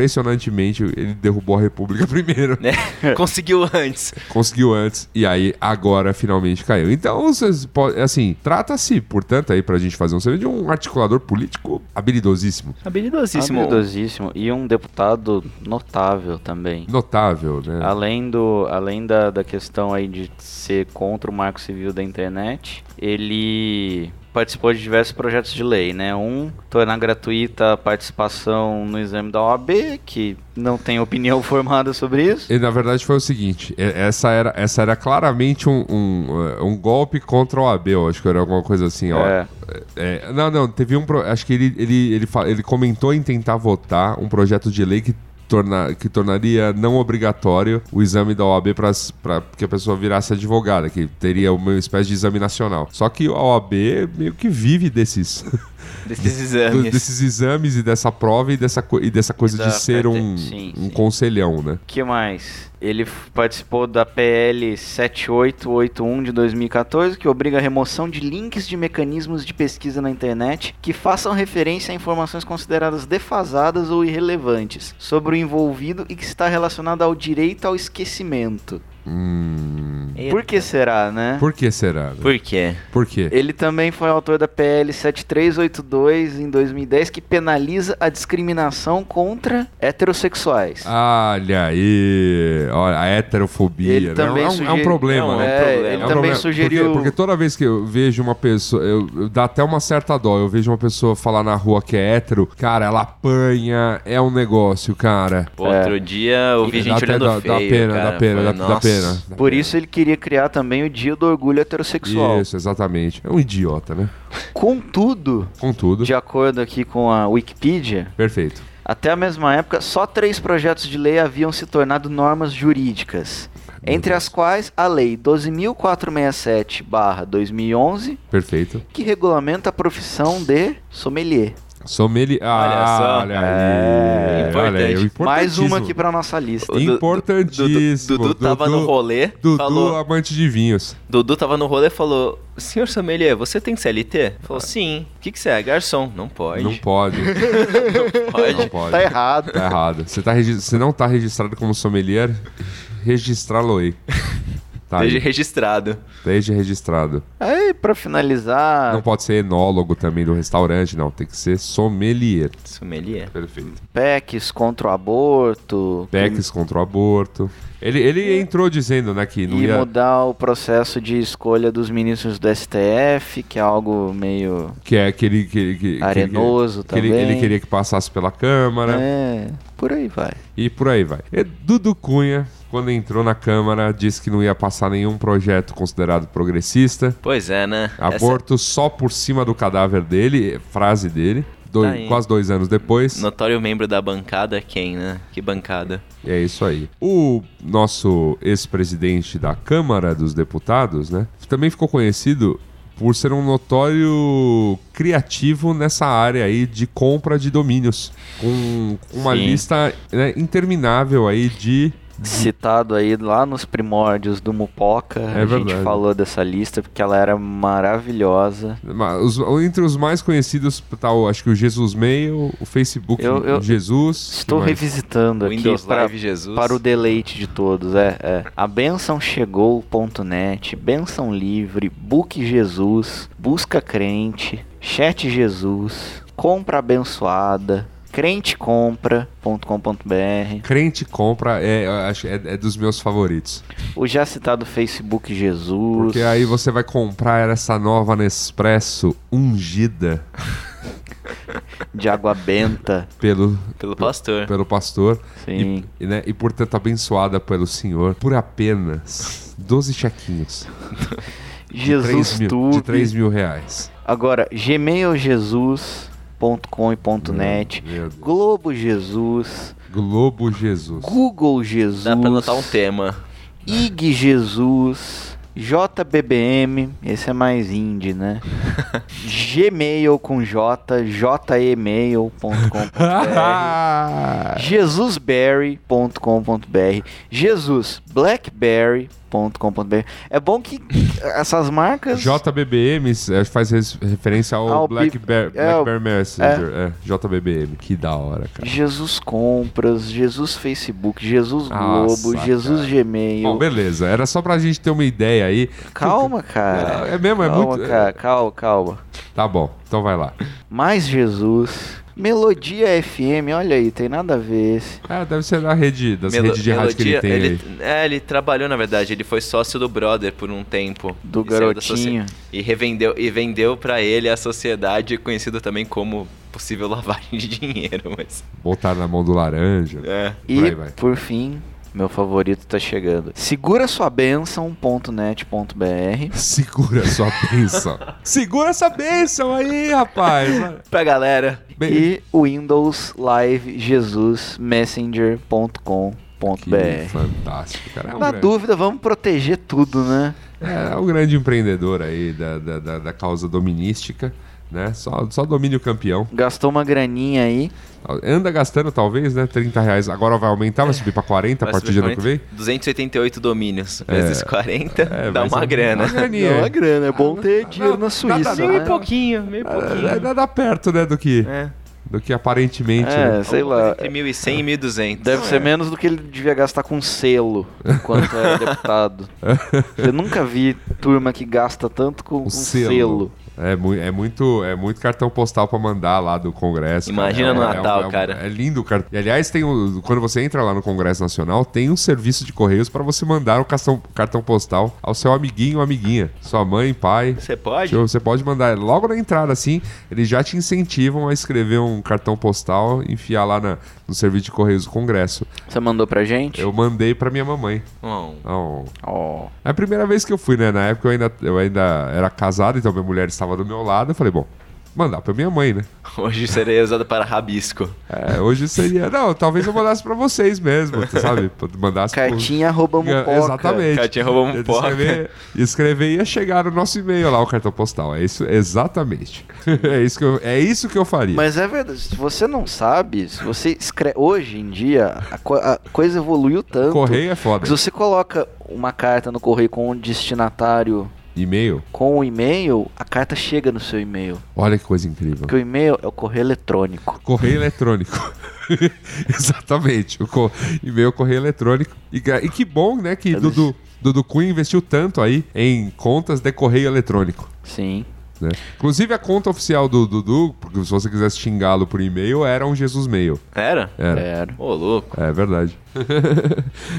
[SPEAKER 4] Impressionantemente, ele derrubou a República primeiro.
[SPEAKER 5] Né? Conseguiu antes.
[SPEAKER 4] Conseguiu antes, e aí agora finalmente caiu. Então, vocês po- assim, trata-se, portanto, aí pra gente fazer um serviço de um articulador político habilidosíssimo.
[SPEAKER 5] Habilidosíssimo.
[SPEAKER 3] Habilidosíssimo. E um deputado notável também.
[SPEAKER 4] Notável, né?
[SPEAKER 3] Além, do, além da, da questão aí de ser contra o marco civil da internet, ele participou de diversos projetos de lei, né? Um, tornar gratuita a participação no exame da OAB, que não tem opinião formada sobre isso.
[SPEAKER 4] E, na verdade foi o seguinte, e- essa era, essa era claramente um, um, eh, um golpe contra o AB, eu acho que era alguma coisa assim, ó.
[SPEAKER 3] É.
[SPEAKER 4] É, não, não, teve um. pro- Acho que ele, ele, ele, fa- ele comentou em tentar votar um projeto de lei que, torna, que tornaria não obrigatório o exame da OAB para que a pessoa virasse advogada, que teria uma espécie de exame nacional. Só que a OAB meio que vive desses.
[SPEAKER 5] Desses
[SPEAKER 4] do-
[SPEAKER 5] exames.
[SPEAKER 4] desses exames e dessa prova e dessa, co- e dessa coisa
[SPEAKER 3] É Da
[SPEAKER 4] de ser um,
[SPEAKER 3] parte- sim,
[SPEAKER 4] um
[SPEAKER 3] sim.
[SPEAKER 4] conselhão, né?
[SPEAKER 3] que mais? Ele f- participou da PL 7881 de 2014, que obriga a remoção de links de mecanismos de pesquisa na internet que façam referência a informações consideradas defasadas ou irrelevantes sobre o envolvido e que está relacionada ao direito ao esquecimento.
[SPEAKER 4] Hum,
[SPEAKER 3] Por que será, né?
[SPEAKER 4] por que será? né?
[SPEAKER 5] Por quê?
[SPEAKER 4] Por quê?
[SPEAKER 3] Ele também foi autor da PL 7382 em 2010, que penaliza a discriminação contra heterossexuais.
[SPEAKER 4] Ah, Olha aí, olha, a heterofobia.
[SPEAKER 3] Ele
[SPEAKER 4] né?
[SPEAKER 3] também
[SPEAKER 4] é, um, é um
[SPEAKER 3] sugeri-
[SPEAKER 4] problema,
[SPEAKER 5] Não,
[SPEAKER 4] né?
[SPEAKER 5] é um
[SPEAKER 3] Ele
[SPEAKER 5] problema.
[SPEAKER 4] É um
[SPEAKER 3] também
[SPEAKER 4] problema,
[SPEAKER 3] sugeriu.
[SPEAKER 4] Porque, porque toda vez que eu vejo uma pessoa. Eu, eu- dá até uma certa dó. Eu vejo uma pessoa falar na rua que é hétero. Cara, ela apanha. É um negócio, cara.
[SPEAKER 5] Pô, Outro dia eu vi
[SPEAKER 4] Dá
[SPEAKER 5] gente
[SPEAKER 4] até
[SPEAKER 5] olhando
[SPEAKER 4] dó-
[SPEAKER 5] feio,
[SPEAKER 4] dá pena,
[SPEAKER 5] cara.
[SPEAKER 4] dá pena,
[SPEAKER 5] Falei,
[SPEAKER 4] dá, dá
[SPEAKER 5] "Nossa".
[SPEAKER 4] pena. dá
[SPEAKER 3] Por
[SPEAKER 4] pena.
[SPEAKER 3] isso ele queria criar também o Dia do Orgulho Heterossexual.
[SPEAKER 4] é. Isso, exatamente. É um idiota, né?
[SPEAKER 3] Contudo,
[SPEAKER 4] Contudo.
[SPEAKER 3] de acordo aqui com a Wikipedia,
[SPEAKER 4] Perfeito.
[SPEAKER 3] até a mesma época, só três projetos de lei haviam se tornado normas jurídicas, entre as quais a Lei 12.467-2011,
[SPEAKER 4] Perfeito.
[SPEAKER 3] que regulamenta a profissão de sommelier.
[SPEAKER 4] Sommelier.
[SPEAKER 5] Olha só.
[SPEAKER 4] Ah, olha, aí.
[SPEAKER 5] É.
[SPEAKER 4] Olha aí. o
[SPEAKER 3] Mais
[SPEAKER 4] importantíssimo.
[SPEAKER 3] uma aqui pra nossa lista. tá
[SPEAKER 5] O Du- Du-
[SPEAKER 4] Importantíssimo.
[SPEAKER 5] Dudu, Dudu tava no rolê,
[SPEAKER 4] Dudu,
[SPEAKER 5] falou.
[SPEAKER 4] amante de vinhos.
[SPEAKER 5] Dudu tava no rolê e falou: Senhor sommelier, você tem CLT? Falou: Sim. O que, que você é? Garçom. Não pode.
[SPEAKER 4] Não pode. Não
[SPEAKER 5] pode.
[SPEAKER 4] pode.
[SPEAKER 3] Tá errado.
[SPEAKER 4] Tá errado. Você, tá regi- você não tá registrado como sommelier, registrá-lo-ei. Tá
[SPEAKER 5] Esteja
[SPEAKER 4] aí,
[SPEAKER 5] registrado.
[SPEAKER 4] desde registrado.
[SPEAKER 3] Aí, pra
[SPEAKER 4] Não
[SPEAKER 3] finalizar,
[SPEAKER 4] pode ser enólogo também do restaurante, não. Tem que ser sommelier.
[SPEAKER 5] Sommelier.
[SPEAKER 4] Perfeito.
[SPEAKER 3] PECs contra o aborto
[SPEAKER 4] PECs contra o aborto. Ele, ele entrou dizendo, né, que não
[SPEAKER 3] e
[SPEAKER 4] ia,
[SPEAKER 3] mudar o processo de escolha dos ministros do STF, que é algo meio
[SPEAKER 4] que é que ele que, ele- que, que
[SPEAKER 3] Arenoso
[SPEAKER 4] ele, que ele-
[SPEAKER 3] também.
[SPEAKER 4] ele queria que passasse pela Câmara
[SPEAKER 3] É, por aí vai.
[SPEAKER 4] e por aí vai. E Dudu Cunha, quando entrou na Câmara, disse que não ia passar nenhum projeto considerado progressista.
[SPEAKER 5] Pois é, né? Essa
[SPEAKER 4] Aborto só por cima do cadáver dele, frase dele. Dois-
[SPEAKER 5] Tá aí.
[SPEAKER 4] quase dois anos depois.
[SPEAKER 5] notório membro da bancada é quem, né? Que bancada.
[SPEAKER 4] E é isso aí. O nosso ex-presidente da Câmara dos Deputados, né? Também ficou conhecido por ser um notório criativo nessa área aí de compra de domínios. Com com uma
[SPEAKER 5] Sim.
[SPEAKER 4] lista né, interminável aí de.
[SPEAKER 3] Citado aí lá nos primórdios do Mupoca, a
[SPEAKER 4] É verdade.
[SPEAKER 3] gente falou dessa lista porque ela era maravilhosa.
[SPEAKER 4] ma- os- entre os mais conhecidos tá, o- acho que o Jesus Mail, o Facebook
[SPEAKER 3] Eu- eu-
[SPEAKER 4] Jesus.
[SPEAKER 3] Estou
[SPEAKER 4] que mais?
[SPEAKER 3] revisitando
[SPEAKER 5] Windows
[SPEAKER 3] aqui pra-
[SPEAKER 5] Live Jesus.
[SPEAKER 3] para o deleite de todos, é, é. A Benção Chegou.net, Benção Livre, Book Jesus, Busca Crente, Chat Jesus, Compra Abençoada, crentecompra.com.br,
[SPEAKER 4] Crente compra é, eu acho, é, é dos meus favoritos.
[SPEAKER 3] o já citado Facebook Jesus.
[SPEAKER 4] Porque aí você vai comprar essa nova Nespresso ungida
[SPEAKER 3] de água benta.
[SPEAKER 4] pelo,
[SPEAKER 5] Pelo pastor.
[SPEAKER 4] pelo pastor
[SPEAKER 3] Sim.
[SPEAKER 4] e, né, e, portanto, abençoada pelo senhor por apenas 12 chequinhos.
[SPEAKER 3] Jesus
[SPEAKER 4] 3 mil,
[SPEAKER 3] Tube.
[SPEAKER 4] de 3 mil reais.
[SPEAKER 3] Agora, gmailjesus.com e ponto .net,
[SPEAKER 4] Meu Deus.
[SPEAKER 3] Globo Jesus,
[SPEAKER 4] Globo Jesus.
[SPEAKER 3] Google Jesus,
[SPEAKER 5] Dá pra anotar um tema.
[SPEAKER 3] IG Jesus, JBBM, esse é mais indie, né? Gmail com J, jemail.com.br, jesusberry.com.br, Jesus Blackberry.com.br. É bom que essas marcas
[SPEAKER 4] JBBM é, faz res- referência ao,
[SPEAKER 3] Ao
[SPEAKER 4] Black,
[SPEAKER 3] bi-
[SPEAKER 4] Bear,
[SPEAKER 3] é,
[SPEAKER 4] Black
[SPEAKER 3] o-
[SPEAKER 4] Bear Messenger. É, JBBM. Que da hora, cara.
[SPEAKER 3] Jesus Compras, Jesus Facebook, Jesus
[SPEAKER 4] Nossa,
[SPEAKER 3] Globo, Jesus
[SPEAKER 4] cara.
[SPEAKER 3] Gmail.
[SPEAKER 4] Bom, beleza. Era só pra gente ter uma ideia aí.
[SPEAKER 3] calma, cara.
[SPEAKER 4] É, é mesmo, é
[SPEAKER 3] calma,
[SPEAKER 4] muito-
[SPEAKER 3] Cara, calma, calma.
[SPEAKER 4] Tá bom, então vai lá.
[SPEAKER 3] Mais Jesus. Melodia FM, olha aí, tem nada a ver esse.
[SPEAKER 4] Ah, deve ser da rede, das
[SPEAKER 5] Melo-
[SPEAKER 4] redes de rádio que ele tem aí.
[SPEAKER 5] É, ele trabalhou, na verdade. Ele foi sócio do brother por um tempo.
[SPEAKER 3] Do
[SPEAKER 5] E saiu da
[SPEAKER 3] garotinho.
[SPEAKER 5] socie- E revendeu e vendeu pra ele a sociedade, conhecido também como possível lavagem de dinheiro, mas...
[SPEAKER 4] Botar na mão do laranja.
[SPEAKER 5] É.
[SPEAKER 3] E,
[SPEAKER 4] Por aí vai.
[SPEAKER 3] por fim, meu favorito tá chegando. Segura sua
[SPEAKER 4] Segura sua bênção. Segura essa bênção aí, rapaz.
[SPEAKER 5] Pra galera.
[SPEAKER 4] Bem,
[SPEAKER 3] e o Windows Live Jesus
[SPEAKER 4] que
[SPEAKER 3] Messenger.com.br.
[SPEAKER 4] fantástico, cara. É um, é
[SPEAKER 3] Na
[SPEAKER 4] grande,
[SPEAKER 3] dúvida, vamos proteger tudo, né?
[SPEAKER 4] é um grande empreendedor aí da, da, da, da causa dominística. né? Só, só domínio campeão.
[SPEAKER 3] Gastou uma graninha aí.
[SPEAKER 4] Anda gastando, talvez, né? 30 reais. Agora vai aumentar, vai subir pra 40 a
[SPEAKER 5] Vai
[SPEAKER 4] partir
[SPEAKER 5] subir
[SPEAKER 4] Tá de ano que
[SPEAKER 5] 40,
[SPEAKER 4] vem?
[SPEAKER 5] 288 domínios, vezes 40,
[SPEAKER 4] É,
[SPEAKER 5] dá
[SPEAKER 4] vai
[SPEAKER 5] uma
[SPEAKER 4] ser
[SPEAKER 5] grana.
[SPEAKER 4] Uma graninha.
[SPEAKER 3] Deu
[SPEAKER 4] é.
[SPEAKER 3] uma grana, é bom ter dinheiro
[SPEAKER 4] não,
[SPEAKER 3] na Suíça.
[SPEAKER 4] nada,
[SPEAKER 3] né?
[SPEAKER 5] Meio pouquinho, meio pouquinho.
[SPEAKER 4] É, nada perto, né, do que,
[SPEAKER 5] É.
[SPEAKER 4] do que aparentemente.
[SPEAKER 3] É,
[SPEAKER 4] né?
[SPEAKER 3] sei lá.
[SPEAKER 5] Entre 1.100 e é. 1.200.
[SPEAKER 3] Deve
[SPEAKER 4] é.
[SPEAKER 3] ser menos do que ele devia gastar com selo enquanto era deputado. Eu nunca vi turma que gasta tanto com,
[SPEAKER 5] Um
[SPEAKER 3] com selo.
[SPEAKER 4] Um É, mu- é muito, é muito cartão postal pra mandar lá do Congresso. cara.
[SPEAKER 5] Imagina
[SPEAKER 4] É-
[SPEAKER 5] no
[SPEAKER 4] é- é-
[SPEAKER 5] Natal,
[SPEAKER 4] é-
[SPEAKER 5] cara.
[SPEAKER 4] É lindo o cartão. E, aliás, tem o- quando você entra lá no Congresso Nacional, tem um serviço de correios pra você mandar o cartão, cartão postal ao seu amiguinho ou amiguinha. Sua mãe, pai.
[SPEAKER 5] Você pode?
[SPEAKER 4] Tipo, Você pode mandar logo na entrada, assim, eles já te incentivam a escrever um cartão postal e enfiar lá na- no serviço de correios do Congresso.
[SPEAKER 3] Você mandou pra gente?
[SPEAKER 4] Eu mandei pra minha mamãe.
[SPEAKER 5] Não.
[SPEAKER 4] Então,
[SPEAKER 3] Ó.
[SPEAKER 4] é a primeira vez que eu fui, né? Na época eu ainda, eu ainda era casado, então minha mulher estava do meu lado. Eu falei, bom, mandar pra minha mãe, né?
[SPEAKER 5] Hoje seria usado para rabisco.
[SPEAKER 4] É, hoje seria. Não, talvez eu mandasse pra vocês mesmo, tu sabe? Mandasse pro-
[SPEAKER 3] Cartinha um arroba mupoca.
[SPEAKER 4] Exatamente.
[SPEAKER 5] Cartinha arroba mupoca.
[SPEAKER 4] Escrever, escrever ia chegar no nosso e-mail lá, o cartão postal. É isso, exatamente. é, isso que eu, é isso que eu faria.
[SPEAKER 3] Mas é verdade, se você não sabe, se você escreve. Hoje em dia, a, co- a coisa evoluiu tanto.
[SPEAKER 4] Correio é
[SPEAKER 3] que
[SPEAKER 4] foda.
[SPEAKER 3] Se você coloca uma carta no correio com um destinatário
[SPEAKER 4] E-mail,
[SPEAKER 3] com o e-mail, a carta chega no seu e-mail.
[SPEAKER 4] olha que coisa incrível.
[SPEAKER 3] Porque o e-mail é o correio eletrônico.
[SPEAKER 4] Correio eletrônico. Exatamente. O co- e-mail correio eletrônico. E, gra- e que bom, né, que Dudu, Dudu Cunha investiu tanto aí em contas de correio eletrônico.
[SPEAKER 3] Sim.
[SPEAKER 4] né? Inclusive a conta oficial do Dudu, porque se você quisesse xingá-lo por e-mail, era um Jesus Mail.
[SPEAKER 5] Era?
[SPEAKER 4] Era.
[SPEAKER 3] Era.
[SPEAKER 5] Ô, louco.
[SPEAKER 4] É verdade.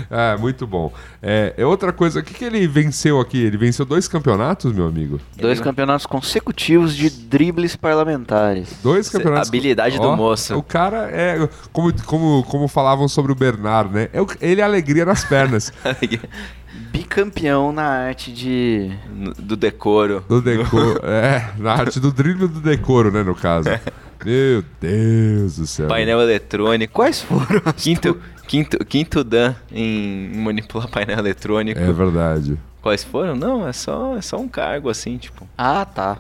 [SPEAKER 4] ah, muito bom. É, é outra coisa, o que, que ele venceu aqui? Ele venceu dois campeonatos, meu amigo?
[SPEAKER 3] Dois campeonatos consecutivos de dribles parlamentares.
[SPEAKER 4] Dois campeonatos.
[SPEAKER 5] habilidade do
[SPEAKER 4] Ó,
[SPEAKER 5] moço.
[SPEAKER 4] O cara é. Como, como, como falavam sobre o Bernard, né? É o- ele é alegria nas pernas.
[SPEAKER 3] Bicampeão na arte de.
[SPEAKER 5] Do decoro.
[SPEAKER 4] do decoro. é, na arte do drible do decoro, né, no caso. Meu Deus do céu.
[SPEAKER 5] É. Painel eletrônico.
[SPEAKER 3] Quais foram as
[SPEAKER 5] Quinto, quinto, quinto dan em manipular painel eletrônico.
[SPEAKER 4] É verdade.
[SPEAKER 5] Quais foram? Não, é só, é só um cargo, assim, tipo.
[SPEAKER 3] Ah, tá.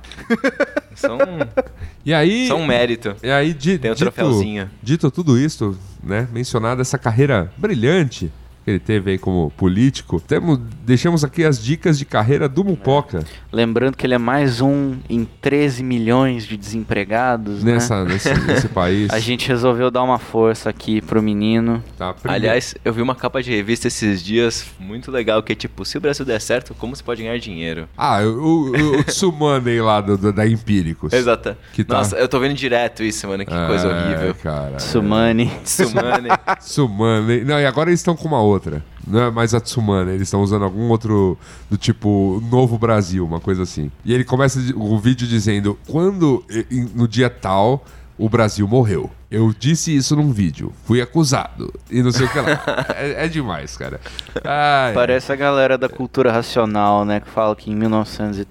[SPEAKER 5] É só um,
[SPEAKER 4] E aí.
[SPEAKER 5] só um mérito.
[SPEAKER 4] E aí, di,
[SPEAKER 5] Tem o
[SPEAKER 4] dito,
[SPEAKER 5] troféuzinho.
[SPEAKER 4] dito tudo isso, né? Mencionada essa carreira brilhante que ele teve aí como político, temos, deixamos aqui as dicas de carreira do Mupoca
[SPEAKER 3] Lembrando que ele é mais um em 13 milhões de
[SPEAKER 5] É.
[SPEAKER 3] desempregados, né?
[SPEAKER 4] nessa, nesse, nesse país.
[SPEAKER 3] A gente resolveu dar uma força aqui pro menino.
[SPEAKER 4] tá? Primeiro-
[SPEAKER 5] Aliás, eu vi uma capa de revista esses dias muito legal, que é tipo, se o Brasil der certo, como se pode ganhar dinheiro?
[SPEAKER 4] Ah, o, o, o Tsumaney lá do- do- da Empíricos.
[SPEAKER 5] Exato.
[SPEAKER 4] Que tá-
[SPEAKER 5] Nossa, eu tô vendo direto isso, mano. Que coisa
[SPEAKER 4] É,
[SPEAKER 5] horrível.
[SPEAKER 4] cara.
[SPEAKER 3] Sumani.
[SPEAKER 5] Tsumane.
[SPEAKER 4] Tsumane. Não, e agora eles estão com uma outra. Não é mais a Tsumane, eles estão usando algum outro do tipo Novo Brasil, uma coisa assim. E ele começa di- o vídeo dizendo: Quando e- e- no dia tal o Brasil morreu. Eu disse isso num vídeo, fui acusado e não sei o que lá. é, é demais, cara. Ai,
[SPEAKER 3] Parece a galera da cultura racional, né? Que fala que em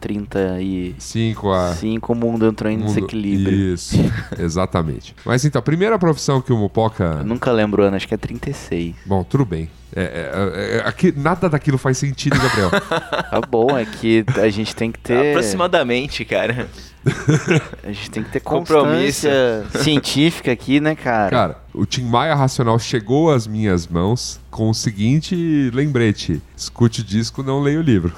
[SPEAKER 3] 1935
[SPEAKER 4] Cinco a.
[SPEAKER 3] o mundo entrou em
[SPEAKER 4] mundo-
[SPEAKER 3] desequilíbrio.
[SPEAKER 4] Isso, exatamente. Mas então, a primeira profissão que o Mupoca.
[SPEAKER 3] Eu nunca lembro, Ana, acho que é 36.
[SPEAKER 4] Bom, tudo bem. É, é, é, é, aqui, nada daquilo faz sentido, Gabriel.
[SPEAKER 3] Tá bom, é que a gente tem que
[SPEAKER 4] É.
[SPEAKER 3] ter.
[SPEAKER 5] é Aproximadamente, cara.
[SPEAKER 3] A gente tem que ter
[SPEAKER 5] Compromisso.
[SPEAKER 3] constância científica aqui, né, cara?
[SPEAKER 4] Cara, o Tim Maia Racional chegou às minhas mãos com o seguinte lembrete: escute o disco, não leia o livro.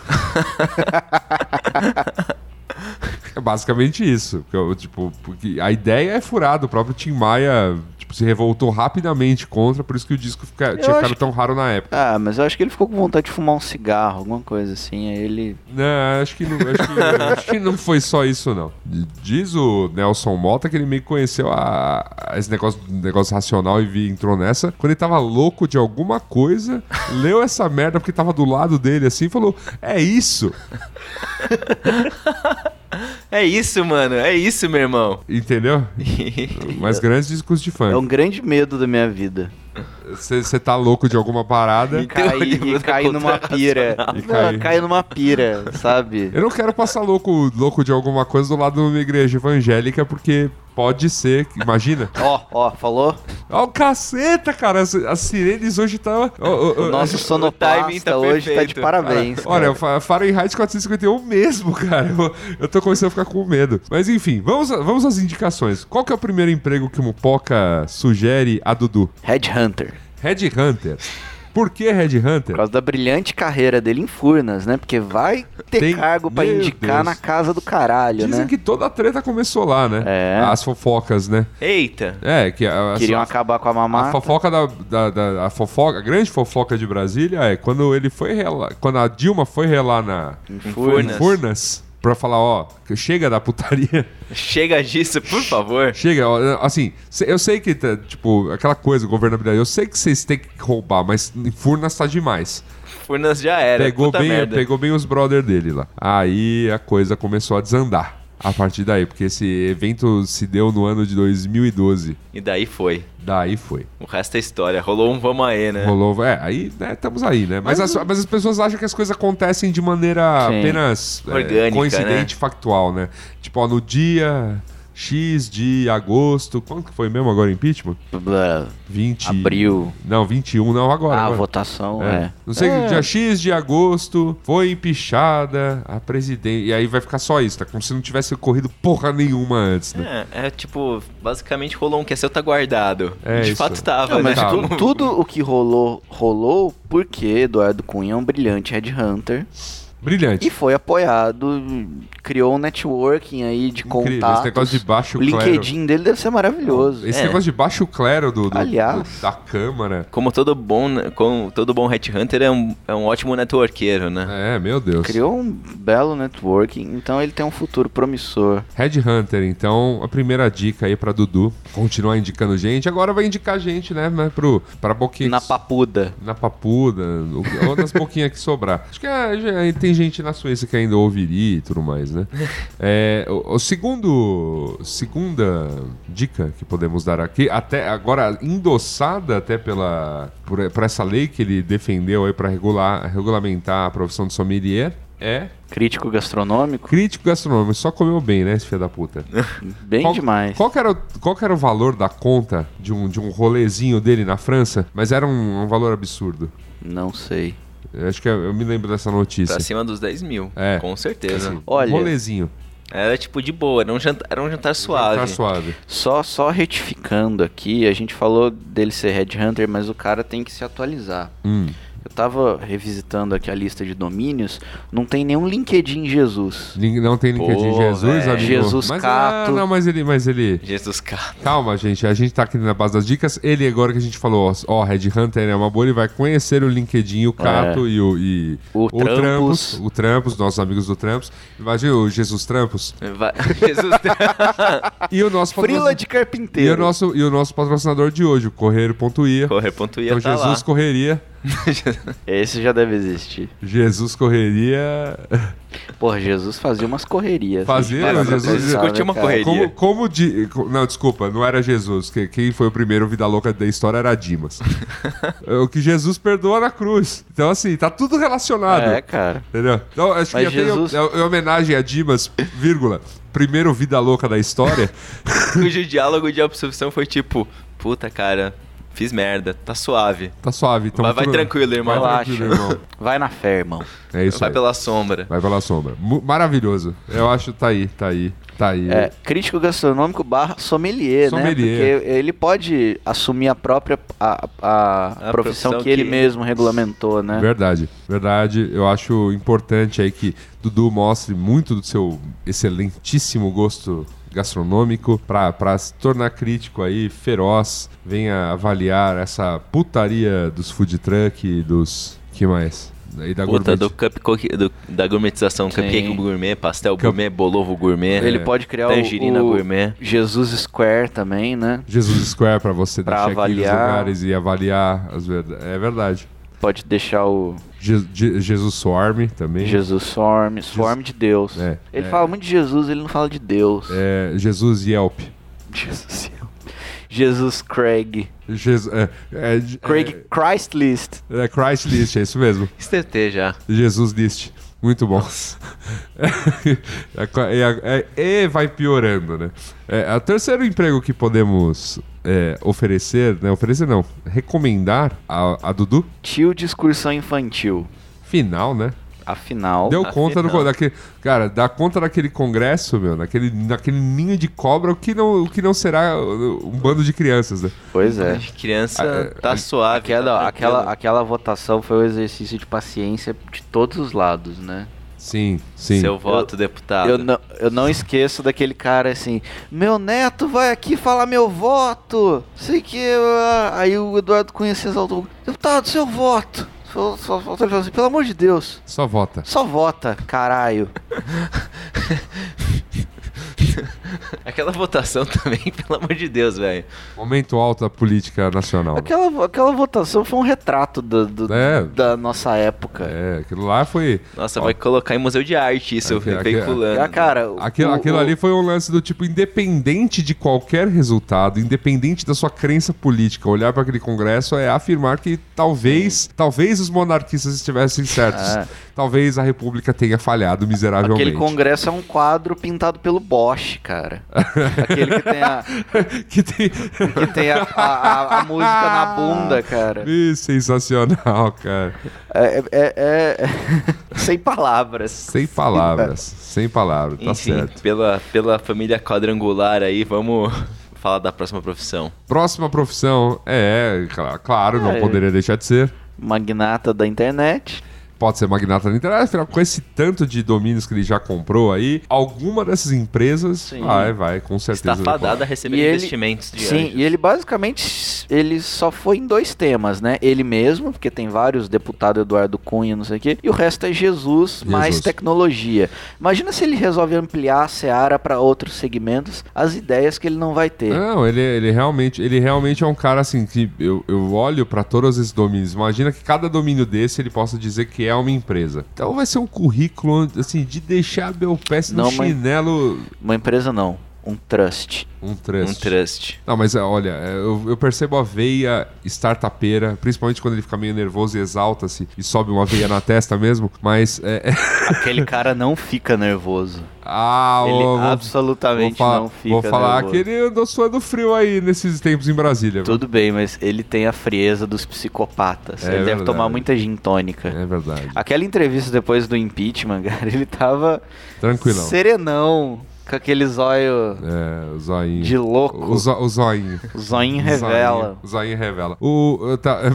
[SPEAKER 4] é basicamente isso. porque eu, tipo, porque a ideia é furada, o próprio Tim Maia tipo, se revoltou rapidamente contra, por isso que o disco fica- tinha ficado
[SPEAKER 3] acho
[SPEAKER 4] tão raro na época.
[SPEAKER 3] Ah, mas eu acho que ele ficou com vontade de fumar um cigarro, alguma coisa assim. Aí ele.
[SPEAKER 4] Não, Né, acho que não, acho que, acho que não foi só isso, não. Diz o Nelson Mota que ele meio que conheceu a, a esse negócio, negócio racional e vi- entrou nessa. Quando ele tava louco de alguma coisa, leu essa merda porque tava do lado dele assim e falou: É isso!
[SPEAKER 5] É isso, mano. É isso, meu irmão.
[SPEAKER 4] Entendeu? Mas grandes discos de
[SPEAKER 3] É um
[SPEAKER 4] funk.
[SPEAKER 3] grande medo da minha vida.
[SPEAKER 4] Você tá louco de alguma parada.
[SPEAKER 5] Tem um
[SPEAKER 3] Cair
[SPEAKER 5] livro
[SPEAKER 3] e
[SPEAKER 5] da
[SPEAKER 3] cair
[SPEAKER 5] cultura
[SPEAKER 3] numa pira.
[SPEAKER 4] E
[SPEAKER 3] Não,
[SPEAKER 4] cair.
[SPEAKER 3] cair numa pira, sabe?
[SPEAKER 4] Eu não quero passar louco, louco de alguma coisa do lado de uma igreja evangélica, porque pode ser. que- Imagina.
[SPEAKER 3] Ó, ó, falou?
[SPEAKER 4] Ó, o caceta, cara. As, as sirenes hoje tá. ó, ó, ó,
[SPEAKER 3] O nosso
[SPEAKER 5] timing
[SPEAKER 3] sonoplasta
[SPEAKER 5] tá
[SPEAKER 3] hoje tá de
[SPEAKER 5] perfeito.
[SPEAKER 3] parabéns.
[SPEAKER 4] Olha, eu fa- Fahrenheit 451 mesmo, cara. Eu, eu tô começando a ficar com medo. Mas enfim, vamos, a- vamos às indicações. Qual que é o primeiro emprego que o Mupoca sugere a Dudu?
[SPEAKER 3] Headhunter.
[SPEAKER 4] Red Hunter. Por que Red Hunter?
[SPEAKER 3] Por causa da brilhante carreira dele em Furnas, né? Porque vai ter
[SPEAKER 4] Tem-
[SPEAKER 3] cargo pra
[SPEAKER 4] Meu Deus.
[SPEAKER 3] indicar na casa do caralho,
[SPEAKER 4] Dizem
[SPEAKER 3] né?
[SPEAKER 4] que toda a treta começou lá, né?
[SPEAKER 3] É.
[SPEAKER 4] As fofocas, né?
[SPEAKER 5] Eita!
[SPEAKER 4] É, que a, a-
[SPEAKER 3] Queriam
[SPEAKER 4] a-
[SPEAKER 3] acabar né? com a
[SPEAKER 4] a
[SPEAKER 3] mamata.
[SPEAKER 4] fofoca da, da- da- a fofoca, a grande fofoca de Brasília é quando ele foi relar, quando a Dilma foi relar na em
[SPEAKER 5] Furnas.
[SPEAKER 4] Furnas pra falar, ó, chega da putaria.
[SPEAKER 5] Chega disso, por favor.
[SPEAKER 4] Chega, ó, assim, cê- eu sei que, tá, tipo, aquela coisa, governabilidade, eu sei que vocês têm que roubar, mas em Furnas tá demais.
[SPEAKER 5] Furnas já era.
[SPEAKER 4] Pegou
[SPEAKER 5] puta
[SPEAKER 4] bem,
[SPEAKER 5] merda.
[SPEAKER 4] pegou bem os brother dele lá. Aí a coisa começou a desandar a partir daí, porque esse evento se deu no ano de 2012.
[SPEAKER 5] E daí foi.
[SPEAKER 4] Daí foi.
[SPEAKER 5] O resto é história. Rolou um vamos aí, né?
[SPEAKER 4] Rolou. É, aí né, estamos aí, né? Mas, as, mas as pessoas acham que as coisas acontecem de maneira
[SPEAKER 3] Sim.
[SPEAKER 4] apenas é,
[SPEAKER 5] Orgânica,
[SPEAKER 4] coincidente factual, né? Tipo, ó, no dia X de agosto. Quando que foi mesmo agora o impeachment?
[SPEAKER 3] Blá.
[SPEAKER 4] 20.
[SPEAKER 3] Abril.
[SPEAKER 4] Não, 21, não, agora.
[SPEAKER 3] Ah,
[SPEAKER 4] agora.
[SPEAKER 3] votação,
[SPEAKER 4] É.
[SPEAKER 3] é.
[SPEAKER 4] Não sei,
[SPEAKER 3] É.
[SPEAKER 4] dia X de agosto foi empichada a presidente. E aí vai ficar só isso, tá? Como se não tivesse ocorrido porra nenhuma antes, né?
[SPEAKER 5] É, é, tipo, basicamente rolou um que é seu tá guardado.
[SPEAKER 4] É
[SPEAKER 5] De
[SPEAKER 4] isso.
[SPEAKER 5] fato tava,
[SPEAKER 4] Não,
[SPEAKER 5] né?
[SPEAKER 4] mas tu-
[SPEAKER 5] Como-
[SPEAKER 3] Tudo o que rolou, rolou porque Eduardo Cunha é um brilhante headhunter e
[SPEAKER 4] Brilhante.
[SPEAKER 3] foi apoiado, criou um networking aí de
[SPEAKER 4] Incrível.
[SPEAKER 3] contatos.
[SPEAKER 4] Esse negócio de baixo
[SPEAKER 3] o LinkedIn dele deve ser maravilhoso.
[SPEAKER 4] clero. Esse
[SPEAKER 5] É.
[SPEAKER 4] negócio de baixo clero do, do-
[SPEAKER 3] Aliás.
[SPEAKER 4] do- da Câmara.
[SPEAKER 5] Como todo bom, né, como todo bom headhunter é um, é um ótimo networkeiro, né?
[SPEAKER 4] É, meu Deus.
[SPEAKER 3] Criou um belo networking, então ele tem um futuro promissor.
[SPEAKER 4] Red Hunter, então, a primeira dica aí pra Dudu. Continuar indicando gente. Agora vai indicar gente, né? né, Pro, pra boquinha.
[SPEAKER 3] Na papuda.
[SPEAKER 4] na papuda, o- ou nas pouquinhas que sobrar. Acho que é, já- tem gente na Suíça que ainda ouviria e tudo mais, né? É, o, o segundo, segunda dica que podemos dar aqui, até agora endossada até pela por, por essa lei que ele defendeu aí para regular, regulamentar a profissão de sommelier, é
[SPEAKER 3] Crítico gastronômico,
[SPEAKER 4] crítico gastronômico. Só comeu bem, né, esse filho da puta?
[SPEAKER 3] bem demais.
[SPEAKER 4] Qual que, era o, qual que era o valor da conta de um, de um rolezinho dele na França? Mas era um- um valor absurdo.
[SPEAKER 3] Não sei.
[SPEAKER 4] Eu Acho que eu, eu me lembro dessa notícia.
[SPEAKER 5] Pra cima dos 10 mil,
[SPEAKER 4] É.
[SPEAKER 5] com certeza.
[SPEAKER 3] Tá Olha,
[SPEAKER 4] Rolezinho.
[SPEAKER 5] Era tipo de boa, era um jantar, era um jantar suave.
[SPEAKER 4] Tá suave.
[SPEAKER 3] Só, só retificando aqui, a gente falou dele ser headhunter, mas o cara tem que se atualizar.
[SPEAKER 4] Hum.
[SPEAKER 3] Eu tava revisitando aqui a lista de domínios, não tem nenhum LinkedIn Jesus.
[SPEAKER 4] Lin- Não tem LinkedIn
[SPEAKER 5] Pô,
[SPEAKER 4] Jesus,
[SPEAKER 5] velho.
[SPEAKER 4] amigo.
[SPEAKER 3] é, Jesus
[SPEAKER 4] mas,
[SPEAKER 3] Cato.
[SPEAKER 4] Ah, não, mas ele, mas ele.
[SPEAKER 5] Jesus, cara.
[SPEAKER 4] Calma, gente. A gente tá aqui na base das dicas. Ele, agora que a gente falou, ó, ó, Red Hunter é uma boa, ele vai conhecer o LinkedIn, o Cato e o. E,
[SPEAKER 3] É. O Trampos.
[SPEAKER 4] O Trampos, nossos amigos do Trampos. Imagina o Jesus Trampos.
[SPEAKER 5] Vai- Jesus,
[SPEAKER 4] E o nosso
[SPEAKER 3] Frila
[SPEAKER 4] patrocinador.
[SPEAKER 3] de
[SPEAKER 4] E o,
[SPEAKER 3] carpinteiro.
[SPEAKER 4] nosso, e o nosso patrocinador de hoje, o Correio.ia.
[SPEAKER 5] correr ponto ia
[SPEAKER 4] Então,
[SPEAKER 5] tá
[SPEAKER 4] Jesus
[SPEAKER 5] lá.
[SPEAKER 4] Correria.
[SPEAKER 3] Esse já deve existir.
[SPEAKER 4] Jesus Correria.
[SPEAKER 3] Porra, Jesus fazia umas correrias.
[SPEAKER 4] Fazia,
[SPEAKER 3] Para pra
[SPEAKER 4] Jesus-
[SPEAKER 3] pensar,
[SPEAKER 4] Jesus
[SPEAKER 5] curtia uma
[SPEAKER 3] cara?
[SPEAKER 5] correria.
[SPEAKER 4] Como, como di... co- Não, desculpa, não era Jesus. Que- Quem foi o primeiro vida louca da história era Dimas. É o que Jesus perdoa na cruz. Então, assim, tá tudo relacionado.
[SPEAKER 3] É, cara.
[SPEAKER 4] Entendeu? Então, acho que
[SPEAKER 3] Mas
[SPEAKER 4] já tem
[SPEAKER 3] Jesus-
[SPEAKER 4] é- é homenagem a Dimas, vírgula, primeiro vida louca da história.
[SPEAKER 5] Cujo diálogo de absorção foi tipo, puta cara, fiz merda, tá suave.
[SPEAKER 4] Tá suave. Então
[SPEAKER 5] Vai- vai tranquilo, irmão.
[SPEAKER 4] Vai
[SPEAKER 3] Relaxa.
[SPEAKER 4] tranquilo, irmão.
[SPEAKER 3] Vai na fé, irmão.
[SPEAKER 4] É isso
[SPEAKER 5] Vai
[SPEAKER 4] aí.
[SPEAKER 5] pela sombra.
[SPEAKER 4] Vai pela sombra. Mu- Maravilhoso. Eu acho, tá aí, tá aí, tá aí.
[SPEAKER 3] É, crítico gastronômico barra sommelier, né?
[SPEAKER 4] Sommelier.
[SPEAKER 3] Porque ele pode assumir a própria a, a
[SPEAKER 5] A
[SPEAKER 3] profissão,
[SPEAKER 5] profissão
[SPEAKER 3] que ele
[SPEAKER 5] que-
[SPEAKER 3] mesmo regulamentou, né?
[SPEAKER 4] Verdade, verdade. Eu acho importante aí que Dudu mostre muito do seu excelentíssimo gosto gastronômico para se tornar crítico aí, feroz, venha avaliar essa putaria dos food truck e dos que mais? E da
[SPEAKER 5] Puta,
[SPEAKER 4] gourmet.
[SPEAKER 5] do cupcake, do- da gourmetização, cupcake gourmet, pastel gourmet, bolovo gourmet. É.
[SPEAKER 3] Ele pode criar o-
[SPEAKER 5] tangerina
[SPEAKER 3] o
[SPEAKER 5] gourmet.
[SPEAKER 3] Jesus Square também, né?
[SPEAKER 4] Jesus Square para você
[SPEAKER 3] Pra
[SPEAKER 4] dar check-in nos
[SPEAKER 3] avaliar.
[SPEAKER 4] lugares e avaliar as verdades. É verdade.
[SPEAKER 3] Pode deixar o
[SPEAKER 4] Je- Je- Jesus Swarm também.
[SPEAKER 3] Jesus Swarm, Swarm de Deus.
[SPEAKER 4] É,
[SPEAKER 3] ele
[SPEAKER 4] é.
[SPEAKER 3] fala muito de Jesus, ele não fala de Deus.
[SPEAKER 4] É, Jesus Yelp.
[SPEAKER 3] Jesus, Jesus Craig.
[SPEAKER 4] Jesus, é, é,
[SPEAKER 3] Craig Christlist.
[SPEAKER 4] é, é Christ List, é isso mesmo.
[SPEAKER 5] Estetei já.
[SPEAKER 4] Jesus List. Muito bons. É, é, é, e vai piorando, né? É, o terceiro emprego que podemos é, oferecer, né? Oferecer não, recomendar a, a Dudu.
[SPEAKER 3] Tio de excursão infantil.
[SPEAKER 4] Final, né?
[SPEAKER 3] Afinal.
[SPEAKER 4] Deu conta do,
[SPEAKER 5] Afinal.
[SPEAKER 4] daquele. Cara, dá conta daquele congresso, meu, naquele, naquele ninho de cobra, o que não, o que não será uh, um bando de crianças, né?
[SPEAKER 3] Pois é.
[SPEAKER 4] Ah,
[SPEAKER 5] Criança tá suave.
[SPEAKER 4] é
[SPEAKER 3] Aquela,
[SPEAKER 5] tá
[SPEAKER 3] aquela,
[SPEAKER 5] tranquila.
[SPEAKER 3] aquela votação foi um exercício de paciência de todos os lados, né?
[SPEAKER 4] Sim, sim.
[SPEAKER 5] Seu voto, deputado.
[SPEAKER 3] Eu não, eu não esqueço daquele cara assim, meu neto vai aqui falar meu voto, sei que... ah." Aí o Eduardo Cunha se exaltou, deputado, seu voto. Só, só, só ele falou assim, pelo amor de Deus,
[SPEAKER 4] Só vota.
[SPEAKER 3] só vota, caralho.
[SPEAKER 5] Aquela votação também, pelo amor de Deus, velho.
[SPEAKER 4] Momento alto da política nacional. né?
[SPEAKER 3] Aquela, aquela votação foi um retrato do, do-
[SPEAKER 4] É.
[SPEAKER 3] da nossa época.
[SPEAKER 4] É, aquilo lá foi.
[SPEAKER 5] Nossa, vai colocar em museu de arte isso,
[SPEAKER 4] Aqui, aqui,
[SPEAKER 5] veiculando.
[SPEAKER 3] Ah, cara,
[SPEAKER 4] Aquilo,
[SPEAKER 3] o-
[SPEAKER 4] aquilo
[SPEAKER 3] o-
[SPEAKER 4] ali foi um lance do tipo, independente de qualquer resultado, independente da sua crença política, olhar para aquele congresso é afirmar que talvez, talvez os monarquistas estivessem certos.
[SPEAKER 3] É.
[SPEAKER 4] Talvez a república tenha falhado miseravelmente.
[SPEAKER 3] Aquele congresso é um quadro pintado pelo Bosch, cara. Aquele que tem a,
[SPEAKER 4] que tem...
[SPEAKER 3] que tem a, a- a- a música na bunda, cara.
[SPEAKER 4] Ih, sensacional, cara.
[SPEAKER 3] É, é- é- Sem palavras.
[SPEAKER 4] Sem palavras, sem palavras, tá
[SPEAKER 5] Enfim,
[SPEAKER 4] certo.
[SPEAKER 5] pela, pela família quadrangular aí, vamos falar da próxima profissão.
[SPEAKER 4] Próxima profissão é, cla- claro, não
[SPEAKER 3] É.
[SPEAKER 4] poderia deixar de ser.
[SPEAKER 3] Magnata da internet.
[SPEAKER 4] pode ser magnata da internet, afinal, com esse tanto de domínios que ele já comprou aí, alguma dessas empresas
[SPEAKER 3] Sim.
[SPEAKER 4] vai, vai, com certeza.
[SPEAKER 5] Está fadada a receber
[SPEAKER 3] E ele-
[SPEAKER 5] investimentos de
[SPEAKER 3] Sim,
[SPEAKER 5] anjos.
[SPEAKER 3] e ele basicamente ele só foi em dois temas, né? Ele mesmo, porque tem vários deputado Eduardo Cunha, não sei o quê, e o resto é Jesus, mais tecnologia. Imagina se ele resolve ampliar a seara para outros segmentos, as ideias que ele não vai ter.
[SPEAKER 4] Não, ele, ele realmente, ele realmente é um cara assim que eu, eu olho pra todos esses domínios. Imagina que cada domínio desse ele possa dizer que é uma empresa. Então vai ser um currículo assim de deixar a Belpest no
[SPEAKER 3] Não, mas-
[SPEAKER 4] chinelo
[SPEAKER 3] Uma empresa não, um trust.
[SPEAKER 4] um
[SPEAKER 5] Um
[SPEAKER 4] trust.
[SPEAKER 5] trust.
[SPEAKER 4] Não, mas é, olha, é, eu, eu percebo a veia startupeira, principalmente quando ele fica meio nervoso e exalta-se e sobe uma veia na testa mesmo. Mas é,
[SPEAKER 3] Aquele cara não fica nervoso.
[SPEAKER 4] Ah,
[SPEAKER 3] Ele
[SPEAKER 4] vou, vou- vou
[SPEAKER 3] absolutamente
[SPEAKER 4] falar-
[SPEAKER 3] não fica
[SPEAKER 4] Vou falar
[SPEAKER 3] nervoso.
[SPEAKER 4] que ele andou suando frio aí nesses tempos em Brasília.
[SPEAKER 3] Tudo bem, mas ele tem a frieza dos psicopatas.
[SPEAKER 4] É
[SPEAKER 3] ele deve
[SPEAKER 4] verdade.
[SPEAKER 3] tomar muita gin tônica.
[SPEAKER 4] É verdade.
[SPEAKER 3] Aquela entrevista depois do impeachment, cara, ele tava
[SPEAKER 4] Tranquilão.
[SPEAKER 3] serenão, com aquele zóio
[SPEAKER 4] É, o zoinho.
[SPEAKER 3] de louco.
[SPEAKER 4] O, zo- o zoinho.
[SPEAKER 3] O zoinho revela.
[SPEAKER 4] O zoinho revela. O... eu Tá,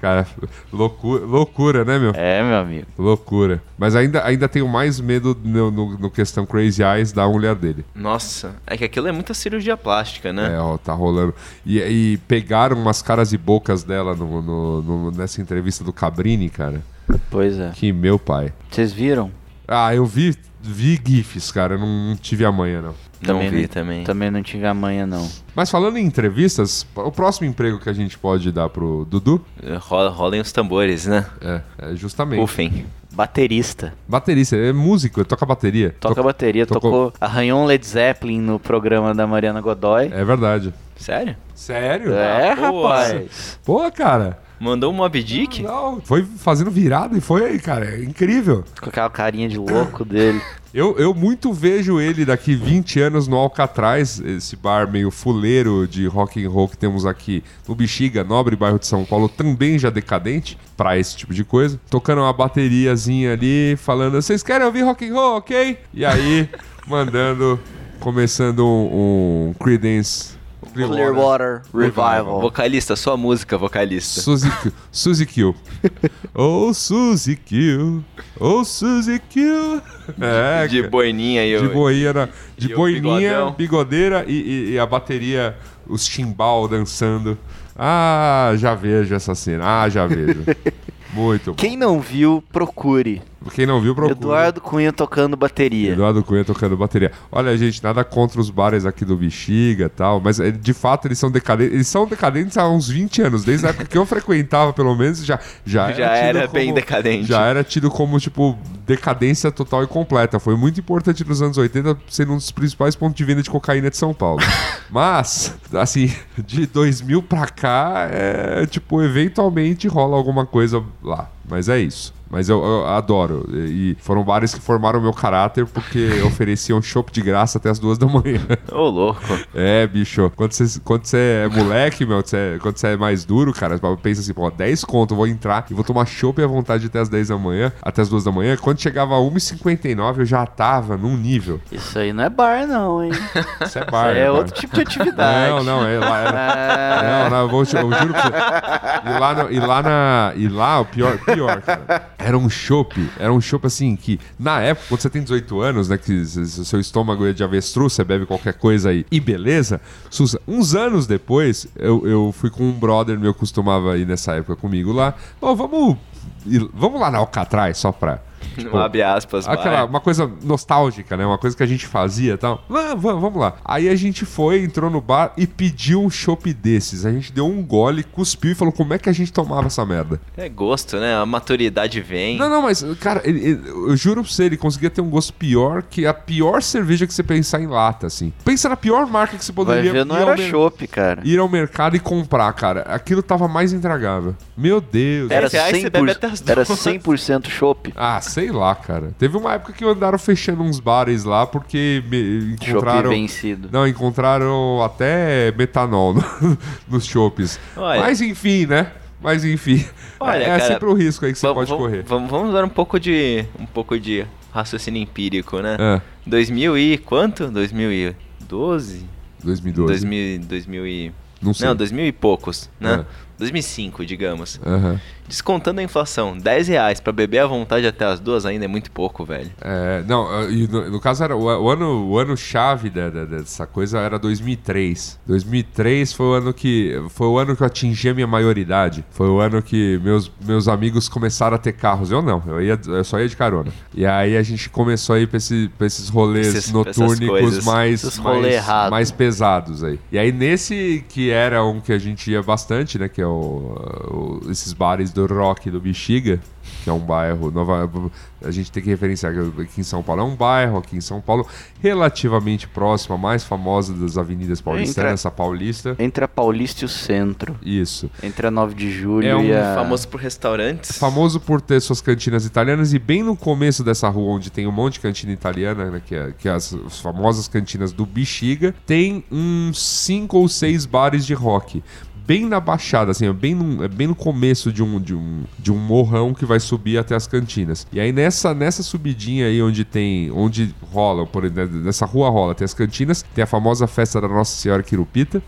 [SPEAKER 4] Cara, loucura, loucura, né, meu?
[SPEAKER 3] É, meu amigo.
[SPEAKER 4] Loucura. Mas ainda, ainda tenho mais medo no, no- no questão Crazy Eyes da mulher dele.
[SPEAKER 5] Nossa, é que aquilo é muita cirurgia plástica, né?
[SPEAKER 4] É, ó, tá rolando. E, e pegaram umas caras e bocas dela no- no- no- nessa entrevista do Cabrini, cara.
[SPEAKER 3] Pois é.
[SPEAKER 4] Que meu pai.
[SPEAKER 3] Vocês viram?
[SPEAKER 4] Ah, eu vi, vi GIFs, cara. Eu não, não tive amanhã, não.
[SPEAKER 5] Não
[SPEAKER 3] Também
[SPEAKER 5] vi
[SPEAKER 3] não-
[SPEAKER 5] também.
[SPEAKER 3] Também não tive amanhã, não.
[SPEAKER 4] Mas falando em entrevistas, o próximo emprego que a gente pode dar pro Dudu
[SPEAKER 5] Rola, Eh, rolem os tambores, né?
[SPEAKER 4] é, é justamente
[SPEAKER 5] Ufem.
[SPEAKER 3] Baterista.
[SPEAKER 4] baterista. É músico, toca bateria.
[SPEAKER 3] Toca a bateria,
[SPEAKER 4] tocou-
[SPEAKER 3] tocou... Arranhou um Led Zeppelin no programa da Mariana Godoy.
[SPEAKER 4] É verdade.
[SPEAKER 5] Sério?
[SPEAKER 4] Sério?
[SPEAKER 3] É,
[SPEAKER 5] Ah, boa.
[SPEAKER 3] rapaz.
[SPEAKER 4] Pô, cara.
[SPEAKER 5] Mandou um Mob Dick?
[SPEAKER 4] Não, foi fazendo virada e foi aí, cara. É incrível.
[SPEAKER 3] Com aquela carinha de louco dele.
[SPEAKER 4] Eu, eu muito vejo ele daqui 20 anos no Alcatraz, esse bar meio fuleiro de rock and roll que temos aqui no Bexiga, nobre bairro de São Paulo, também já decadente pra esse tipo de coisa, tocando uma bateriazinha ali, falando, vocês querem ouvir rock and roll, ok? E aí, mandando, começando um, um Creedence
[SPEAKER 3] Clearwater
[SPEAKER 4] né?
[SPEAKER 3] Revival.
[SPEAKER 5] Vocalista, sua música, vocalista.
[SPEAKER 4] Suzy Q. Suzy Q. Ou Suzy Q. Ou Suzy Q. É,
[SPEAKER 5] de
[SPEAKER 4] cara.
[SPEAKER 5] boininha aí,
[SPEAKER 4] De
[SPEAKER 5] eu.
[SPEAKER 4] boinha, na- de
[SPEAKER 5] e o
[SPEAKER 4] boininha,
[SPEAKER 5] bigodão.
[SPEAKER 4] bigodeira e, e- e a bateria, os timbal dançando. Ah, já vejo essa cena. Ah, já vejo. Muito bom.
[SPEAKER 3] Quem não viu, procure.
[SPEAKER 4] Quem não viu, procura.
[SPEAKER 3] Eduardo Cunha tocando bateria.
[SPEAKER 4] Eduardo Cunha tocando bateria. Olha, gente, nada contra os bares aqui do Bexiga e tal, mas eh, de fato eles são decadentes. Eles são decadentes há uns 20 anos. Desde a época que eu frequentava, pelo menos, já, já,
[SPEAKER 5] Já
[SPEAKER 4] tido
[SPEAKER 5] era bem decadente.
[SPEAKER 4] Já era tido como, tipo, decadência total e completa. Foi muito importante nos anos 80, sendo um dos principais pontos de venda de cocaína de São Paulo. Mas, assim, de 2000 pra cá, é, tipo, eventualmente rola alguma coisa lá. Mas é isso. Mas eu, eu adoro. E foram bares que formaram meu caráter porque ofereciam chopp de graça até as duas da manhã.
[SPEAKER 5] Ô, louco.
[SPEAKER 4] É, bicho. Quando você quando cê é moleque, meu, cê- quando você é mais duro, cara, você pensa assim, pô, 10 conto, eu vou entrar e vou tomar chopp à vontade até as 10 da manhã, até as 2 da manhã. Quando chegava a 1h59, eu já tava num nível.
[SPEAKER 3] Isso aí não é bar, não, hein?
[SPEAKER 4] Isso é bar,
[SPEAKER 3] é
[SPEAKER 4] né,
[SPEAKER 3] outro
[SPEAKER 4] cara?
[SPEAKER 3] tipo de atividade.
[SPEAKER 4] Não, não, é lá. é- Não, não, eu, vou, te- eu juro pra você. E lá, no- e lá na. E lá, o pior, pior, cara. Era um chopp, era um chopp assim que, na época, quando você tem 18 anos, né, que se- se o seu estômago é de avestruz, você bebe qualquer coisa aí e beleza. Susa, uns anos depois, eu, eu fui com um brother meu que costumava ir nessa época comigo lá. Ô, vamos. ir- Vamos lá na Alcatraz só pra. tipo,
[SPEAKER 5] Abre aspas, vai.
[SPEAKER 4] Aquela, uma coisa nostálgica, né? Uma coisa que a gente fazia e tal. Vamos, vamos, vamos lá. Aí a gente foi, entrou no bar e pediu um chopp desses. A gente deu um gole, cuspiu e falou como é que a gente tomava essa merda.
[SPEAKER 5] É gosto, né? A maturidade vem.
[SPEAKER 4] Não, não, mas, cara, ele- ele- eu juro pra você, ele conseguia ter um gosto pior que a pior cerveja que você pensar em lata, assim. Pensa na pior marca que você
[SPEAKER 3] Vai
[SPEAKER 4] poderia
[SPEAKER 3] ver, não
[SPEAKER 4] ir ao
[SPEAKER 3] era
[SPEAKER 4] mer-
[SPEAKER 3] chopp, cara.
[SPEAKER 4] Ir ao mercado e comprar, cara. Aquilo tava mais intragável. Meu Deus.
[SPEAKER 3] Era
[SPEAKER 5] Dez reais, você
[SPEAKER 3] 100%,
[SPEAKER 5] bebe até as
[SPEAKER 3] era
[SPEAKER 5] duas.
[SPEAKER 3] 100% chopp.
[SPEAKER 4] Ah, sei lá, cara. Teve uma época que andaram fechando uns bares lá porque me-
[SPEAKER 3] Chopp
[SPEAKER 4] encontraram.
[SPEAKER 3] vencido.
[SPEAKER 4] Não, encontraram até metanol no- nos chopes.
[SPEAKER 5] Olha.
[SPEAKER 4] Mas enfim, né? Mas enfim.
[SPEAKER 5] Olha,
[SPEAKER 4] é
[SPEAKER 5] cara,
[SPEAKER 4] sempre o risco aí que você
[SPEAKER 5] Vamos-
[SPEAKER 4] pode
[SPEAKER 5] vamos-
[SPEAKER 4] correr.
[SPEAKER 5] Vamos, vamos dar um pouco de um pouco de raciocínio empírico, né?
[SPEAKER 4] É,
[SPEAKER 5] 2000 e quanto? 2012?
[SPEAKER 4] 2012.
[SPEAKER 5] 2000, 2000 e...
[SPEAKER 4] Não sei.
[SPEAKER 5] Não, 2000 e poucos, né?
[SPEAKER 4] É.
[SPEAKER 5] 2005, digamos.
[SPEAKER 4] Aham.
[SPEAKER 5] Descontando a inflação, 10 reais pra beber à vontade até as duas ainda é muito pouco, velho.
[SPEAKER 4] É, não, e no, no caso era o, o ano, o ano chave da- da- dessa coisa era 2003. 2003 foi o ano que foi o ano que eu atingi a minha maioridade. Foi o ano que meus, meus amigos começaram a ter carros. Eu não, eu, ia, eu só ia de carona. E aí a gente começou a ir pra, esse- pra esses rolês
[SPEAKER 5] Esses- pra essas
[SPEAKER 4] notúrnicos
[SPEAKER 5] coisas.
[SPEAKER 4] mais,
[SPEAKER 3] Esses rolê
[SPEAKER 4] mais,
[SPEAKER 3] errado.
[SPEAKER 4] mais pesados aí. E aí nesse que era um que a gente ia bastante, né, que é o, o- esses bares do rock do Bexiga, que é um bairro Nova, a gente tem que referenciar que aqui em São Paulo é um bairro aqui em São Paulo relativamente próximo, a mais famosa das avenidas paulistanas, essa paulista.
[SPEAKER 3] Entre a Paulista e o centro.
[SPEAKER 4] Isso.
[SPEAKER 3] Entre a 9 de julho
[SPEAKER 4] É um
[SPEAKER 3] e a.
[SPEAKER 5] Famoso por restaurantes.
[SPEAKER 4] É Famoso por ter suas cantinas italianas e bem no começo dessa rua, onde tem um monte de cantina italiana, né, que, é, que é as, as famosas cantinas do Bexiga, tem uns cinco ou seis bares de rock. Bem na baixada, assim, é bem no, é bem no começo de um, de, um, de um morrão que vai subir até as cantinas. E aí nessa, nessa subidinha aí onde tem. onde rola, por, exemplo, né, nessa rua rola, tem as cantinas, tem a famosa festa da Nossa Senhora Quirupita.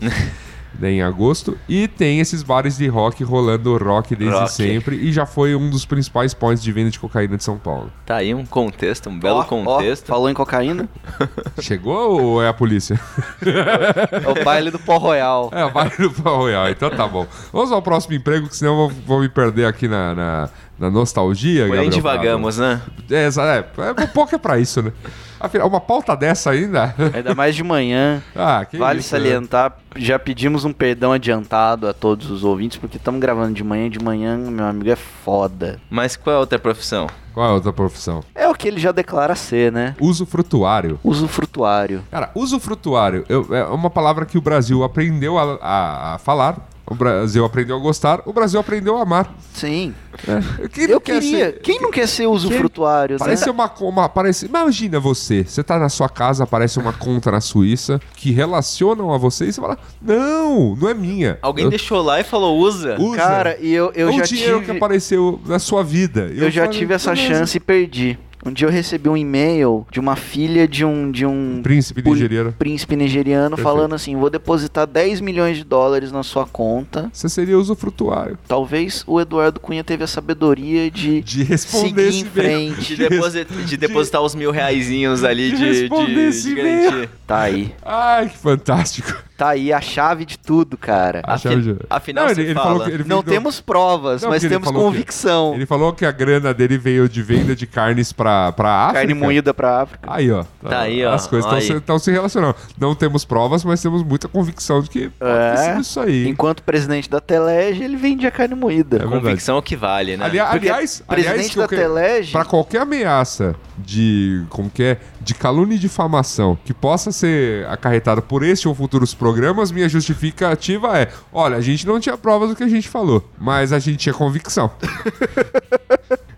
[SPEAKER 4] né, em agosto. E tem esses bares de rock rolando rock desde
[SPEAKER 5] Rock.
[SPEAKER 4] sempre. E já foi um dos principais pontos de venda de cocaína de São Paulo.
[SPEAKER 5] Tá aí um contexto, um belo
[SPEAKER 3] Ó, ó,
[SPEAKER 5] contexto.
[SPEAKER 3] falou em cocaína?
[SPEAKER 4] Chegou ou é a polícia?
[SPEAKER 3] É o baile do Pó Royal.
[SPEAKER 4] É, vai no Pau Royal. Então tá bom. Vamos ao próximo emprego, que senão eu vou, vou me perder aqui na, na, na nostalgia.
[SPEAKER 5] Porém,
[SPEAKER 4] Gabriel
[SPEAKER 5] divagamos, né?
[SPEAKER 4] Prado. É, exa- é, é, um pouco é pra isso, né? Afinal, uma pauta dessa ainda?
[SPEAKER 3] Ainda mais de manhã.
[SPEAKER 4] Ah, que
[SPEAKER 3] vale
[SPEAKER 4] isso, né?
[SPEAKER 3] salientar, já pedimos um perdão adiantado a todos os ouvintes, porque estamos gravando de manhã. De manhã, meu amigo, é foda.
[SPEAKER 5] Mas qual é a outra profissão?
[SPEAKER 4] Qual é a outra profissão?
[SPEAKER 3] É o que ele já declara ser, né?
[SPEAKER 4] Uso frutuário.
[SPEAKER 3] Usufrutuário.
[SPEAKER 4] Cara, usufrutuário eu- é uma palavra que o Brasil aprendeu a, a- a falar, o Brasil aprendeu a gostar, o Brasil aprendeu a amar.
[SPEAKER 3] Sim.
[SPEAKER 4] Quem não
[SPEAKER 3] Eu
[SPEAKER 4] quer
[SPEAKER 3] queria.
[SPEAKER 4] ser-
[SPEAKER 3] Quem não quer ser usufrutuário, né?
[SPEAKER 4] Parece uma, uma parece, imagina você, você tá na sua casa, aparece uma conta na Suíça que relacionam a você e você fala: "Não, não é minha".
[SPEAKER 5] Alguém
[SPEAKER 4] Eu-
[SPEAKER 5] deixou lá e falou, usa.
[SPEAKER 4] usa.
[SPEAKER 3] Cara, e eu, eu
[SPEAKER 4] é o
[SPEAKER 3] já
[SPEAKER 4] dinheiro que
[SPEAKER 3] tive.
[SPEAKER 4] apareceu na sua vida.
[SPEAKER 3] Eu, já
[SPEAKER 4] falei,
[SPEAKER 3] tive essa
[SPEAKER 4] "Beleza".
[SPEAKER 3] chance e perdi. Um dia eu recebi um e-mail de uma filha de um de um
[SPEAKER 4] Príncipe
[SPEAKER 3] poli-
[SPEAKER 4] nigeriano.
[SPEAKER 3] príncipe nigeriano
[SPEAKER 4] Perfeito.
[SPEAKER 3] falando assim: "Vou depositar 10 milhões de dólares na sua conta".
[SPEAKER 4] Você seria usufrutuário
[SPEAKER 3] Talvez o Eduardo Cunha teve a sabedoria de,
[SPEAKER 4] de responder esse
[SPEAKER 3] seguir em
[SPEAKER 4] e-mail.
[SPEAKER 5] De,
[SPEAKER 3] frente.
[SPEAKER 5] deposit- de depositar os mil reaisinhos ali
[SPEAKER 4] De
[SPEAKER 5] de, de,
[SPEAKER 4] responder
[SPEAKER 5] de
[SPEAKER 4] esse e-mail.
[SPEAKER 5] garantia.
[SPEAKER 3] Tá aí.
[SPEAKER 4] Ai, que fantástico.
[SPEAKER 3] Tá aí a chave de tudo, cara.
[SPEAKER 4] A
[SPEAKER 5] Afi-
[SPEAKER 4] chave de-
[SPEAKER 5] afinal, você
[SPEAKER 4] ele, ele
[SPEAKER 5] fala.
[SPEAKER 4] falou que Ah, ele
[SPEAKER 3] Não
[SPEAKER 4] vendeu-
[SPEAKER 3] temos provas,
[SPEAKER 4] Não,
[SPEAKER 3] mas
[SPEAKER 4] porque ele
[SPEAKER 3] temos
[SPEAKER 4] falou que-
[SPEAKER 3] convicção.
[SPEAKER 4] Ele falou que a grana dele veio de venda de carnes pra, pra África.
[SPEAKER 3] Carne moída pra África.
[SPEAKER 4] Aí, ó.
[SPEAKER 5] Tá aí, ó.
[SPEAKER 4] As coisas
[SPEAKER 5] Aí.
[SPEAKER 4] estão se, relacionando. Não temos provas, mas temos muita convicção de que pode ter
[SPEAKER 3] É.
[SPEAKER 4] sido isso aí. hein?
[SPEAKER 3] Enquanto presidente da Telege, ele vendia carne moída.
[SPEAKER 4] É verdade.
[SPEAKER 5] Convicção é o que vale, né?
[SPEAKER 4] Ali-
[SPEAKER 3] Porque
[SPEAKER 4] aliás, aliás
[SPEAKER 3] presidente
[SPEAKER 4] que eu
[SPEAKER 3] da
[SPEAKER 4] que-
[SPEAKER 3] Telege,
[SPEAKER 4] pra qualquer ameaça de como que é, de calúnia e difamação que possa ser acarretada por este ou futuros programas, minha justificativa é: olha, a gente não tinha provas do que a gente falou, mas a gente tinha convicção.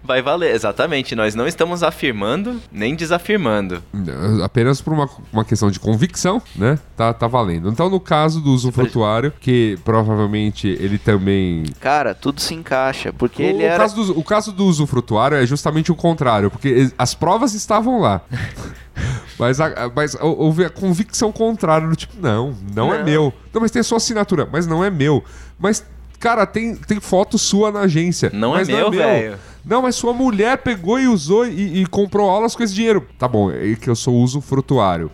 [SPEAKER 5] Vai valer, exatamente. Nós não estamos afirmando nem desafirmando.
[SPEAKER 4] Apenas por uma, uma questão de convicção, né? Tá, tá valendo. Então, no caso do usufrutuário, que provavelmente ele também.
[SPEAKER 3] Cara, tudo se encaixa, porque ele
[SPEAKER 4] o,
[SPEAKER 3] era.
[SPEAKER 4] caso do, o caso do usufrutuário é justamente o contrário, porque es- as provas estavam lá. Mas, a- mas hou- houve a convicção contrária do tipo, não, não, é meu. Não, mas tem a sua assinatura, mas não é meu. Mas, cara, tem, tem foto sua na agência.
[SPEAKER 5] Não é
[SPEAKER 4] mas
[SPEAKER 5] meu, velho.
[SPEAKER 4] Não, mas sua mulher pegou e usou e, e comprou aulas com esse dinheiro. Tá bom, é que eu sou usufrutuário.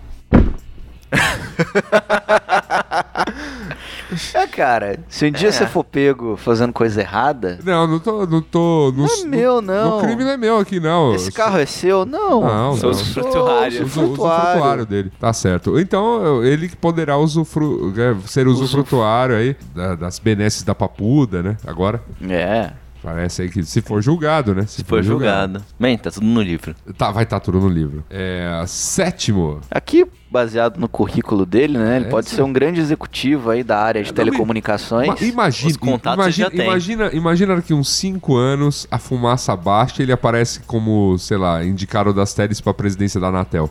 [SPEAKER 3] É, cara. Se um dia você for pego fazendo coisa errada,
[SPEAKER 4] Não, não tô. Não, tô, não,
[SPEAKER 3] é meu, não.
[SPEAKER 4] O crime não é meu aqui, não.
[SPEAKER 3] esse carro é seu? Não.
[SPEAKER 4] Não,
[SPEAKER 5] Sou
[SPEAKER 4] não.
[SPEAKER 3] Sou
[SPEAKER 5] usufrutuário.
[SPEAKER 4] Usu-
[SPEAKER 3] usufrutuário.
[SPEAKER 4] usufrutuário dele. Tá certo. Então, eu- ele que poderá usufru... é, ser usufrutuário aí da- das benesses da papuda, né? Agora,
[SPEAKER 3] É.
[SPEAKER 4] parece aí que se for julgado, né?
[SPEAKER 5] Se for julgado. Bem, tá tudo no livro.
[SPEAKER 4] Tá, vai estar tudo no livro. É, sétimo.
[SPEAKER 3] Aqui, baseado no currículo dele, né? Ele
[SPEAKER 4] É,
[SPEAKER 3] pode
[SPEAKER 4] sim.
[SPEAKER 3] ser um grande executivo aí da área de
[SPEAKER 4] não,
[SPEAKER 3] telecomunicações.
[SPEAKER 4] Ma- imagina,
[SPEAKER 5] Os contatos
[SPEAKER 4] imagina,
[SPEAKER 5] já tem.
[SPEAKER 4] imagina, imagina que uns 5 anos a fumaça baixa e ele aparece como, sei lá, indicado das teles pra presidência da Anatel.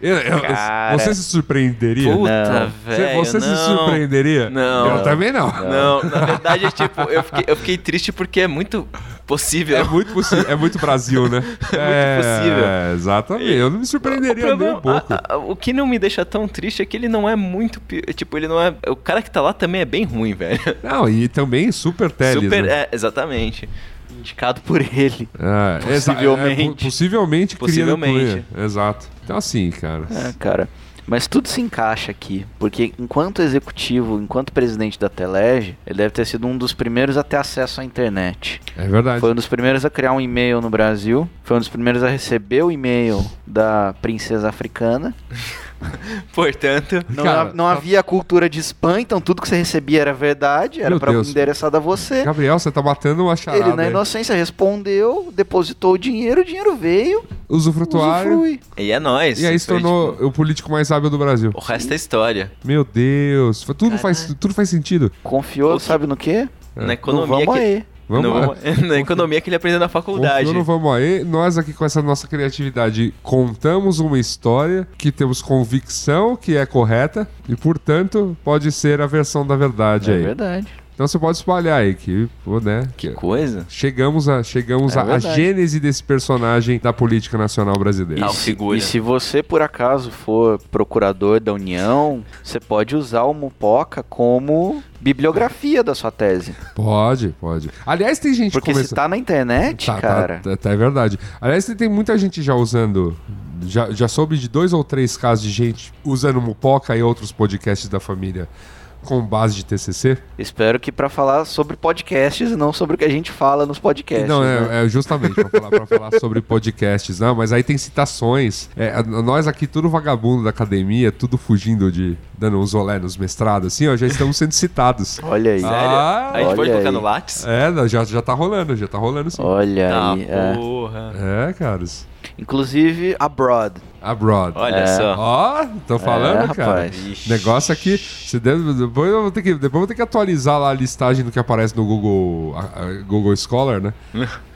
[SPEAKER 4] Eu- eu-
[SPEAKER 3] Cara.
[SPEAKER 4] você se surpreenderia?
[SPEAKER 5] Puta,
[SPEAKER 4] Você-
[SPEAKER 5] velho.
[SPEAKER 4] Você se
[SPEAKER 5] não.
[SPEAKER 4] surpreenderia?
[SPEAKER 5] Não.
[SPEAKER 4] Eu também não.
[SPEAKER 5] Não, na verdade, é tipo, eu fiquei, eu fiquei triste porque é muito possível.
[SPEAKER 4] É muito possível. É muito Brasil, né? É,
[SPEAKER 5] possível.
[SPEAKER 4] exatamente. Eu não me
[SPEAKER 5] O
[SPEAKER 4] surpreenderia nem
[SPEAKER 5] problema-
[SPEAKER 4] um pouco.
[SPEAKER 5] a- a- o que não me deixa tão triste é que ele não é muito. pi- Tipo, ele não é. O cara que tá lá também é bem ruim, velho.
[SPEAKER 4] Não, e também super teles.
[SPEAKER 5] Super.
[SPEAKER 4] né?
[SPEAKER 5] É, exatamente.
[SPEAKER 3] Indicado por ele.
[SPEAKER 4] Ah, exa-
[SPEAKER 3] Possivelmente.
[SPEAKER 4] é, po- possivelmente. cria
[SPEAKER 5] Possivelmente.
[SPEAKER 4] do cunha. Exato. Então assim, cara.
[SPEAKER 3] É, cara. Mas tudo se encaixa aqui, porque enquanto executivo, enquanto presidente da Telege, ele deve ter sido um dos primeiros a ter acesso à internet.
[SPEAKER 4] É verdade.
[SPEAKER 3] Foi um dos primeiros a criar um e-mail no Brasil, foi um dos primeiros a receber o e-mail da princesa africana.
[SPEAKER 5] Portanto.
[SPEAKER 3] Não,
[SPEAKER 4] Cara,
[SPEAKER 3] não
[SPEAKER 4] tá-
[SPEAKER 3] havia cultura de spam, então tudo que você recebia era verdade, era
[SPEAKER 4] Meu
[SPEAKER 3] pra
[SPEAKER 4] Deus.
[SPEAKER 3] endereçado a você.
[SPEAKER 4] Gabriel, você tá matando uma charada.
[SPEAKER 3] Ele, é na
[SPEAKER 4] aí.
[SPEAKER 3] inocência, respondeu, depositou o dinheiro, o dinheiro veio,
[SPEAKER 4] Usufrutuário.
[SPEAKER 3] usufrui.
[SPEAKER 5] E é nóis.
[SPEAKER 4] E aí se
[SPEAKER 5] Foi,
[SPEAKER 4] tornou
[SPEAKER 5] tipo,
[SPEAKER 4] o político mais hábil do Brasil.
[SPEAKER 5] o resto é história.
[SPEAKER 4] Meu Deus. Foi- Tudo faz, tudo faz sentido.
[SPEAKER 3] Confiou,
[SPEAKER 5] Ou se-
[SPEAKER 3] sabe no quê?
[SPEAKER 5] Na
[SPEAKER 3] No
[SPEAKER 5] economia
[SPEAKER 3] vamos
[SPEAKER 5] que.
[SPEAKER 3] aí.
[SPEAKER 4] É. Vamos
[SPEAKER 5] no-
[SPEAKER 4] lá.
[SPEAKER 5] na economia que ele aprendeu na faculdade.
[SPEAKER 4] Confiou no Então, Vamos Aí, nós aqui com essa nossa criatividade contamos uma história que temos convicção que é correta e, portanto, pode ser a versão da verdade
[SPEAKER 3] É
[SPEAKER 4] aí.
[SPEAKER 3] verdade.
[SPEAKER 4] Então você pode espalhar aí que, pô, né,
[SPEAKER 5] Que
[SPEAKER 4] que-
[SPEAKER 5] coisa.
[SPEAKER 4] chegamos à chegamos
[SPEAKER 3] É
[SPEAKER 4] à à
[SPEAKER 3] verdade.
[SPEAKER 4] gênese desse personagem da política nacional brasileira.
[SPEAKER 5] Ah,
[SPEAKER 3] E
[SPEAKER 5] o
[SPEAKER 3] se,
[SPEAKER 5] figura.
[SPEAKER 3] e se você, por acaso, for procurador da União, você pode usar o Mupoca como bibliografia da sua tese.
[SPEAKER 4] Pode, pode. Aliás, tem gente
[SPEAKER 3] Porque se
[SPEAKER 4] começando
[SPEAKER 3] tá na internet,
[SPEAKER 4] Tá, tá,
[SPEAKER 3] cara...
[SPEAKER 4] tá, tá, é verdade. Aliás, tem- tem muita gente já usando. Já, já soube de dois ou três casos de gente usando Mupoca e outros podcasts da família com base de TCC.
[SPEAKER 3] Espero que pra falar sobre podcasts e não sobre o que a gente fala nos podcasts.
[SPEAKER 4] Não,
[SPEAKER 3] né?
[SPEAKER 4] é, é justamente pra falar, pra falar sobre podcasts. Não, mas aí tem citações. É, a- nós aqui, tudo vagabundo da academia, tudo fugindo de. dando uns olé nos mestrados, assim, ó, já estamos sendo citados.
[SPEAKER 3] Olha aí.
[SPEAKER 5] Sério?
[SPEAKER 4] Ah,
[SPEAKER 5] a gente pode
[SPEAKER 3] olha
[SPEAKER 5] colocar
[SPEAKER 3] aí.
[SPEAKER 5] no Lattes?
[SPEAKER 4] É, não, já, já tá rolando, já tá rolando sim.
[SPEAKER 3] Olha
[SPEAKER 5] Tá,
[SPEAKER 3] aí. é.
[SPEAKER 5] porra.
[SPEAKER 4] É, caras.
[SPEAKER 3] Inclusive, Abroad.
[SPEAKER 4] Abroad.
[SPEAKER 5] Olha só.
[SPEAKER 4] Ó, tô falando,
[SPEAKER 3] É,
[SPEAKER 4] cara.
[SPEAKER 3] rapaz.
[SPEAKER 4] Negócio é aqui. Você deve- depois, eu vou ter que, depois eu vou ter que atualizar lá a listagem do que aparece no Google, a- a- Google Scholar, né?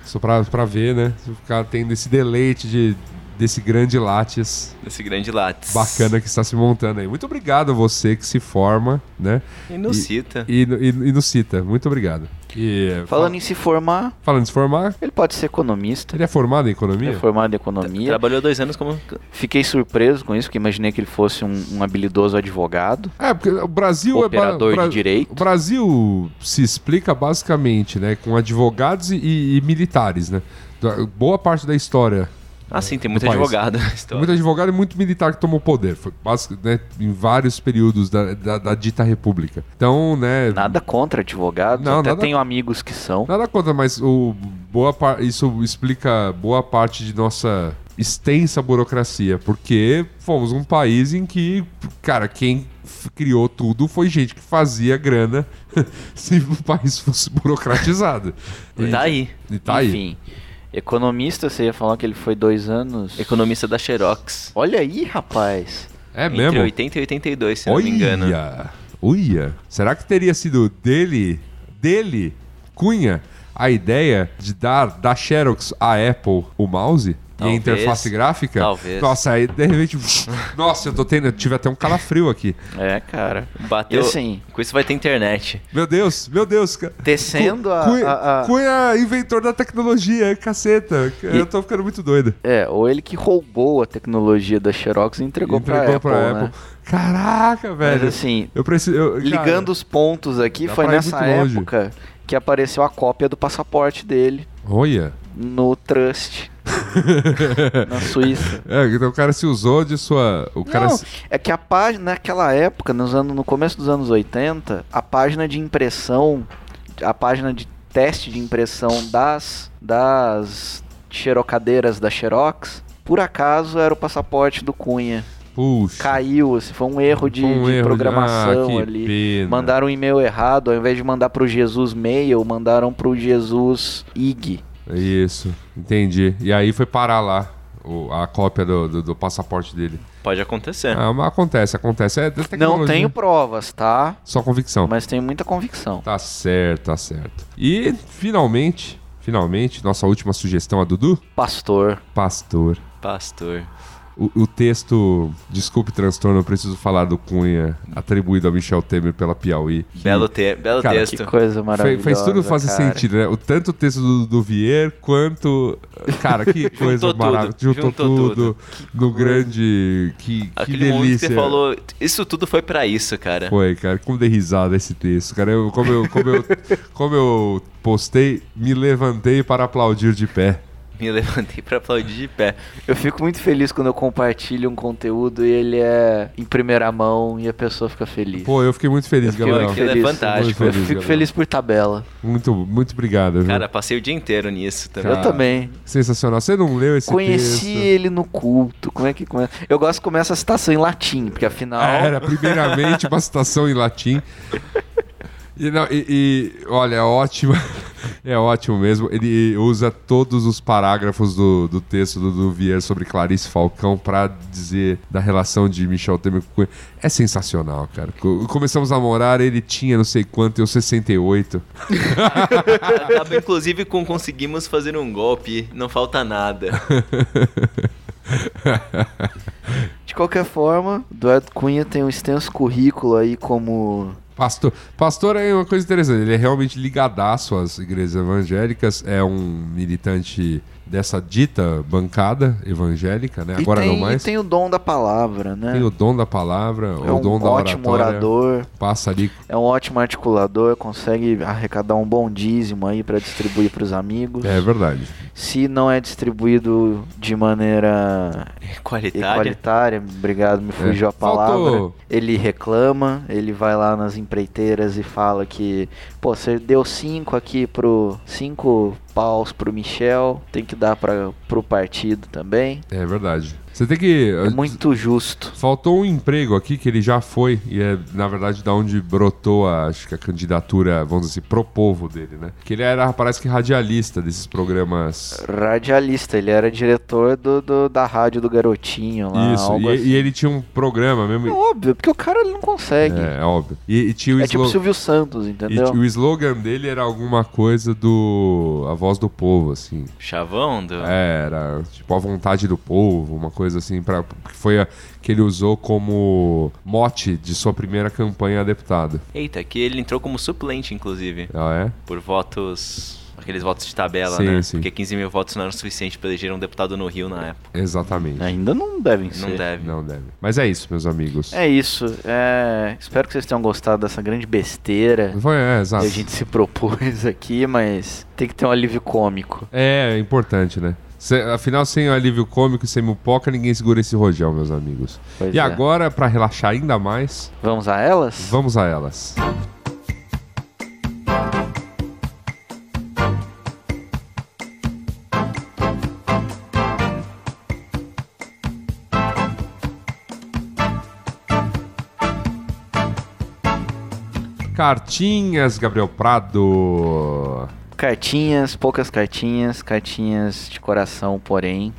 [SPEAKER 4] Só pra, pra ver, né? Se Ficar tendo esse deleite de, desse grande lattes
[SPEAKER 5] Esse grande Lattes.
[SPEAKER 4] bacana que está se montando aí. Muito obrigado a você que se forma, né?
[SPEAKER 5] E não
[SPEAKER 4] E-
[SPEAKER 5] cita.
[SPEAKER 4] E, no- e, e nos cita. Muito obrigado. E,
[SPEAKER 3] Falando em se formar,
[SPEAKER 4] fa- falando em se formar,
[SPEAKER 3] ele pode ser economista.
[SPEAKER 4] ele é formado em
[SPEAKER 3] Ele
[SPEAKER 4] economia?
[SPEAKER 3] é formado em economia.
[SPEAKER 5] Trabalhou dois anos como.
[SPEAKER 3] Fiquei surpreso com isso, porque imaginei que ele fosse um, um habilidoso advogado.
[SPEAKER 4] É, porque o Brasil
[SPEAKER 3] Operador
[SPEAKER 4] é. ba-
[SPEAKER 3] de direito.
[SPEAKER 4] O Brasil se explica basicamente, né? Com advogados e, e militares, né? Da- Boa parte da história.
[SPEAKER 5] Ah, sim, tem muito
[SPEAKER 4] país.
[SPEAKER 5] advogado na história.
[SPEAKER 4] Muito advogado e muito militar que tomou poder. Foi basic- né, em vários períodos da, da- da dita república. Então, né.
[SPEAKER 3] Nada contra advogados,
[SPEAKER 4] Não,
[SPEAKER 3] até
[SPEAKER 4] nada-
[SPEAKER 3] tenho amigos que são.
[SPEAKER 4] Nada contra, mas o boa par- isso explica boa parte de nossa extensa burocracia, porque fomos um país em que, cara, quem f- criou tudo foi gente que fazia grana se o país fosse burocratizado. E-
[SPEAKER 5] Tá aí.
[SPEAKER 4] E tá aí.
[SPEAKER 3] Enfim, economista, você ia falar que ele foi dois anos.
[SPEAKER 5] Economista da Xerox.
[SPEAKER 3] Olha aí, rapaz.
[SPEAKER 4] É
[SPEAKER 5] entre
[SPEAKER 4] mesmo?
[SPEAKER 5] 80 e 82, se não me engano.
[SPEAKER 4] Uia! Uia! Será que teria sido dele, dele, Cunha, a ideia de dar da Xerox à Apple o mouse? E a
[SPEAKER 5] Talvez.
[SPEAKER 4] interface gráfica?
[SPEAKER 5] Talvez.
[SPEAKER 4] Nossa, aí de repente. Nossa, eu, tô tendo, eu tive até um calafrio aqui.
[SPEAKER 3] É, cara.
[SPEAKER 5] Bateu.
[SPEAKER 3] E assim?
[SPEAKER 5] Com isso vai ter internet.
[SPEAKER 4] Meu Deus, meu Deus. ca-
[SPEAKER 3] Tecendo a-
[SPEAKER 4] Cunha,
[SPEAKER 3] a- a-
[SPEAKER 4] Cunha, inventor da tecnologia, caceta. Eu tô ficando muito doido.
[SPEAKER 3] É, ou ele que roubou a tecnologia da Xerox e entregou, pra, Apple, né?
[SPEAKER 4] Caraca, velho.
[SPEAKER 3] Mas assim,
[SPEAKER 4] eu preciso. eu- É. cara,
[SPEAKER 3] ligando os pontos aqui,
[SPEAKER 4] dá
[SPEAKER 3] foi
[SPEAKER 4] pra ir
[SPEAKER 3] nessa
[SPEAKER 4] muito longe.
[SPEAKER 3] época que apareceu a cópia do passaporte dele
[SPEAKER 4] Olha.
[SPEAKER 3] no Trust, na Suíça.
[SPEAKER 4] É, então o cara se usou de sua. O cara
[SPEAKER 3] Não,
[SPEAKER 4] se-
[SPEAKER 3] é que a página, naquela época, nos anos, no começo dos anos 80, a página de impressão, a página de teste de impressão das, das xerocadeiras da Xerox, por acaso era o passaporte do Cunha.
[SPEAKER 4] Puxa.
[SPEAKER 3] Caiu, assim, foi um erro de,
[SPEAKER 4] Foi um
[SPEAKER 3] de
[SPEAKER 4] erro de-
[SPEAKER 3] programação
[SPEAKER 4] Ah, que
[SPEAKER 3] ali.
[SPEAKER 4] pena.
[SPEAKER 3] Mandaram um e-mail errado, ao invés de mandar pro Jesus Mail, mandaram pro Jesus IG.
[SPEAKER 4] é Isso, entendi. E aí foi parar lá o- a cópia do, do- do passaporte dele.
[SPEAKER 5] Pode acontecer.
[SPEAKER 4] Ah, mas acontece, acontece. É da
[SPEAKER 3] É. Não
[SPEAKER 4] tecnologia.
[SPEAKER 3] tenho provas, tá?
[SPEAKER 4] Só convicção.
[SPEAKER 3] Mas tenho muita convicção.
[SPEAKER 4] Tá certo, tá certo. E finalmente, finalmente, nossa última sugestão a Dudu.
[SPEAKER 3] Pastor.
[SPEAKER 4] Pastor.
[SPEAKER 5] Pastor.
[SPEAKER 4] O, o texto Desculpe Transtorno, eu preciso falar do Cunha, atribuído a Michel Temer pela Piauí. que-
[SPEAKER 5] Belo, te belo
[SPEAKER 4] Cara,
[SPEAKER 5] texto.
[SPEAKER 3] Que coisa
[SPEAKER 4] Fe-
[SPEAKER 3] maravilhosa.
[SPEAKER 4] Fez tudo fazer
[SPEAKER 3] cara.
[SPEAKER 4] sentido, né? O tanto o texto do, do Vier quanto. Cara, que coisa
[SPEAKER 5] tudo,
[SPEAKER 4] maravilhosa. Juntou,
[SPEAKER 5] juntou
[SPEAKER 4] tudo. No grande. Que, que
[SPEAKER 5] Aquele momento que
[SPEAKER 4] delícia.
[SPEAKER 5] você falou, isso tudo foi pra isso, cara.
[SPEAKER 4] Foi, cara, como dei risada esse texto, cara. Eu, como, eu, como, eu, como eu postei, me levantei para aplaudir de pé.
[SPEAKER 5] Me levantei pra aplaudir de pé.
[SPEAKER 3] Eu fico muito feliz quando eu compartilho um conteúdo e ele é em primeira mão e a pessoa fica feliz.
[SPEAKER 4] Pô, eu fiquei muito feliz,
[SPEAKER 3] fiquei
[SPEAKER 4] galera.
[SPEAKER 5] muito feliz. Aquilo é fantástico.
[SPEAKER 3] Eu
[SPEAKER 4] Muito feliz,
[SPEAKER 3] fico
[SPEAKER 4] Gabriel.
[SPEAKER 3] feliz por tabela.
[SPEAKER 4] Muito, muito obrigado, viu?
[SPEAKER 5] Cara, passei o dia inteiro nisso também.
[SPEAKER 4] Cara,
[SPEAKER 3] Eu também.
[SPEAKER 4] Sensacional. Você não leu esse
[SPEAKER 3] Conheci
[SPEAKER 4] texto?
[SPEAKER 3] ele no culto. Como é que começa? Eu gosto que começa a citação em latim, porque afinal.
[SPEAKER 4] Ah, Era primeiramente uma citação em latim. E, não, e- e, olha, é ótimo. É ótimo mesmo. Ele usa todos os parágrafos do, do texto do, do Vier sobre Clarice Falcão pra dizer da relação de Michel Temer com Cunha. É sensacional, cara. Co- Começamos a namorar, ele tinha não sei quanto, eu 68.
[SPEAKER 5] Acaba, inclusive, com conseguimos fazer um golpe, não falta nada.
[SPEAKER 3] De qualquer forma, Eduardo Cunha tem um extenso currículo aí como.
[SPEAKER 4] Pastor, pastor é uma coisa interessante, ele é realmente ligadaço às igrejas evangélicas, é um militante dessa dita bancada evangélica, né? Agora
[SPEAKER 3] e tem,
[SPEAKER 4] não mais.
[SPEAKER 3] e tem o dom da palavra, né?
[SPEAKER 4] Tem o dom da palavra,
[SPEAKER 3] é
[SPEAKER 4] o
[SPEAKER 3] um
[SPEAKER 4] dom da
[SPEAKER 3] ótimo
[SPEAKER 4] oratória.
[SPEAKER 3] orador,
[SPEAKER 4] Passa ali.
[SPEAKER 3] é um ótimo articulador, consegue arrecadar um bom dízimo aí pra distribuir pros amigos.
[SPEAKER 4] É verdade.
[SPEAKER 3] Se não é distribuído de maneira
[SPEAKER 5] Qualitária.
[SPEAKER 3] igualitária, obrigado, me fugiu a palavra.
[SPEAKER 4] É. Faltou.
[SPEAKER 3] Ele reclama, ele vai lá nas empreiteiras e fala que, pô, você deu cinco aqui pro. cinco paus pro Michel, tem que dar pra, pro partido também.
[SPEAKER 4] É verdade. Você tem que.
[SPEAKER 3] É muito justo.
[SPEAKER 4] Faltou um emprego aqui que ele já foi, e é, na verdade, da onde brotou a, acho que a candidatura, vamos dizer assim, pro povo dele, né? Que ele era, parece que, radialista desses programas.
[SPEAKER 3] Radialista, ele era diretor do, do- da rádio do Garotinho lá.
[SPEAKER 4] Isso,
[SPEAKER 3] algo
[SPEAKER 4] e,
[SPEAKER 3] assim.
[SPEAKER 4] e ele tinha um programa mesmo.
[SPEAKER 3] É óbvio, porque o cara ele não consegue.
[SPEAKER 4] É,
[SPEAKER 3] É,
[SPEAKER 4] é óbvio. E, e tinha o
[SPEAKER 3] tipo
[SPEAKER 4] slogan.
[SPEAKER 3] Silvio Santos,
[SPEAKER 4] e
[SPEAKER 3] entendeu?
[SPEAKER 4] t- o slogan dele era alguma coisa do. A voz do povo, assim.
[SPEAKER 5] Chavão
[SPEAKER 3] Tá.
[SPEAKER 5] do...
[SPEAKER 4] É, era tipo a vontade do povo, uma coisa assim, pra, que foi a, que ele usou como mote de sua primeira campanha a deputado.
[SPEAKER 5] Eita, que ele entrou como suplente, inclusive.
[SPEAKER 4] Ah, é?
[SPEAKER 5] Por votos... Aqueles votos de tabela,
[SPEAKER 4] Sim,
[SPEAKER 5] né?
[SPEAKER 4] sim.
[SPEAKER 5] Porque 15 mil votos não eram suficientes pra eleger um deputado no Rio na época.
[SPEAKER 4] Exatamente.
[SPEAKER 3] Ainda não devem ser.
[SPEAKER 5] Não deve.
[SPEAKER 4] Não deve. Mas é isso, meus amigos.
[SPEAKER 3] É isso. é, Espero que vocês tenham gostado dessa grande besteira
[SPEAKER 4] Foi, é, exato.
[SPEAKER 3] que a gente se propôs aqui, mas tem que ter um alívio cômico.
[SPEAKER 4] É, é importante, né? Se- afinal, sem o alívio cômico e sem mupoca, ninguém segura esse rojão, meus amigos.
[SPEAKER 3] Pois
[SPEAKER 4] e
[SPEAKER 3] é.
[SPEAKER 4] agora, pra relaxar ainda mais,
[SPEAKER 3] Vamos a elas?
[SPEAKER 4] vamos a elas. Cartinhas, Gabriel Prado.
[SPEAKER 3] Cartinhas, poucas cartinhas, cartinhas de coração, porém.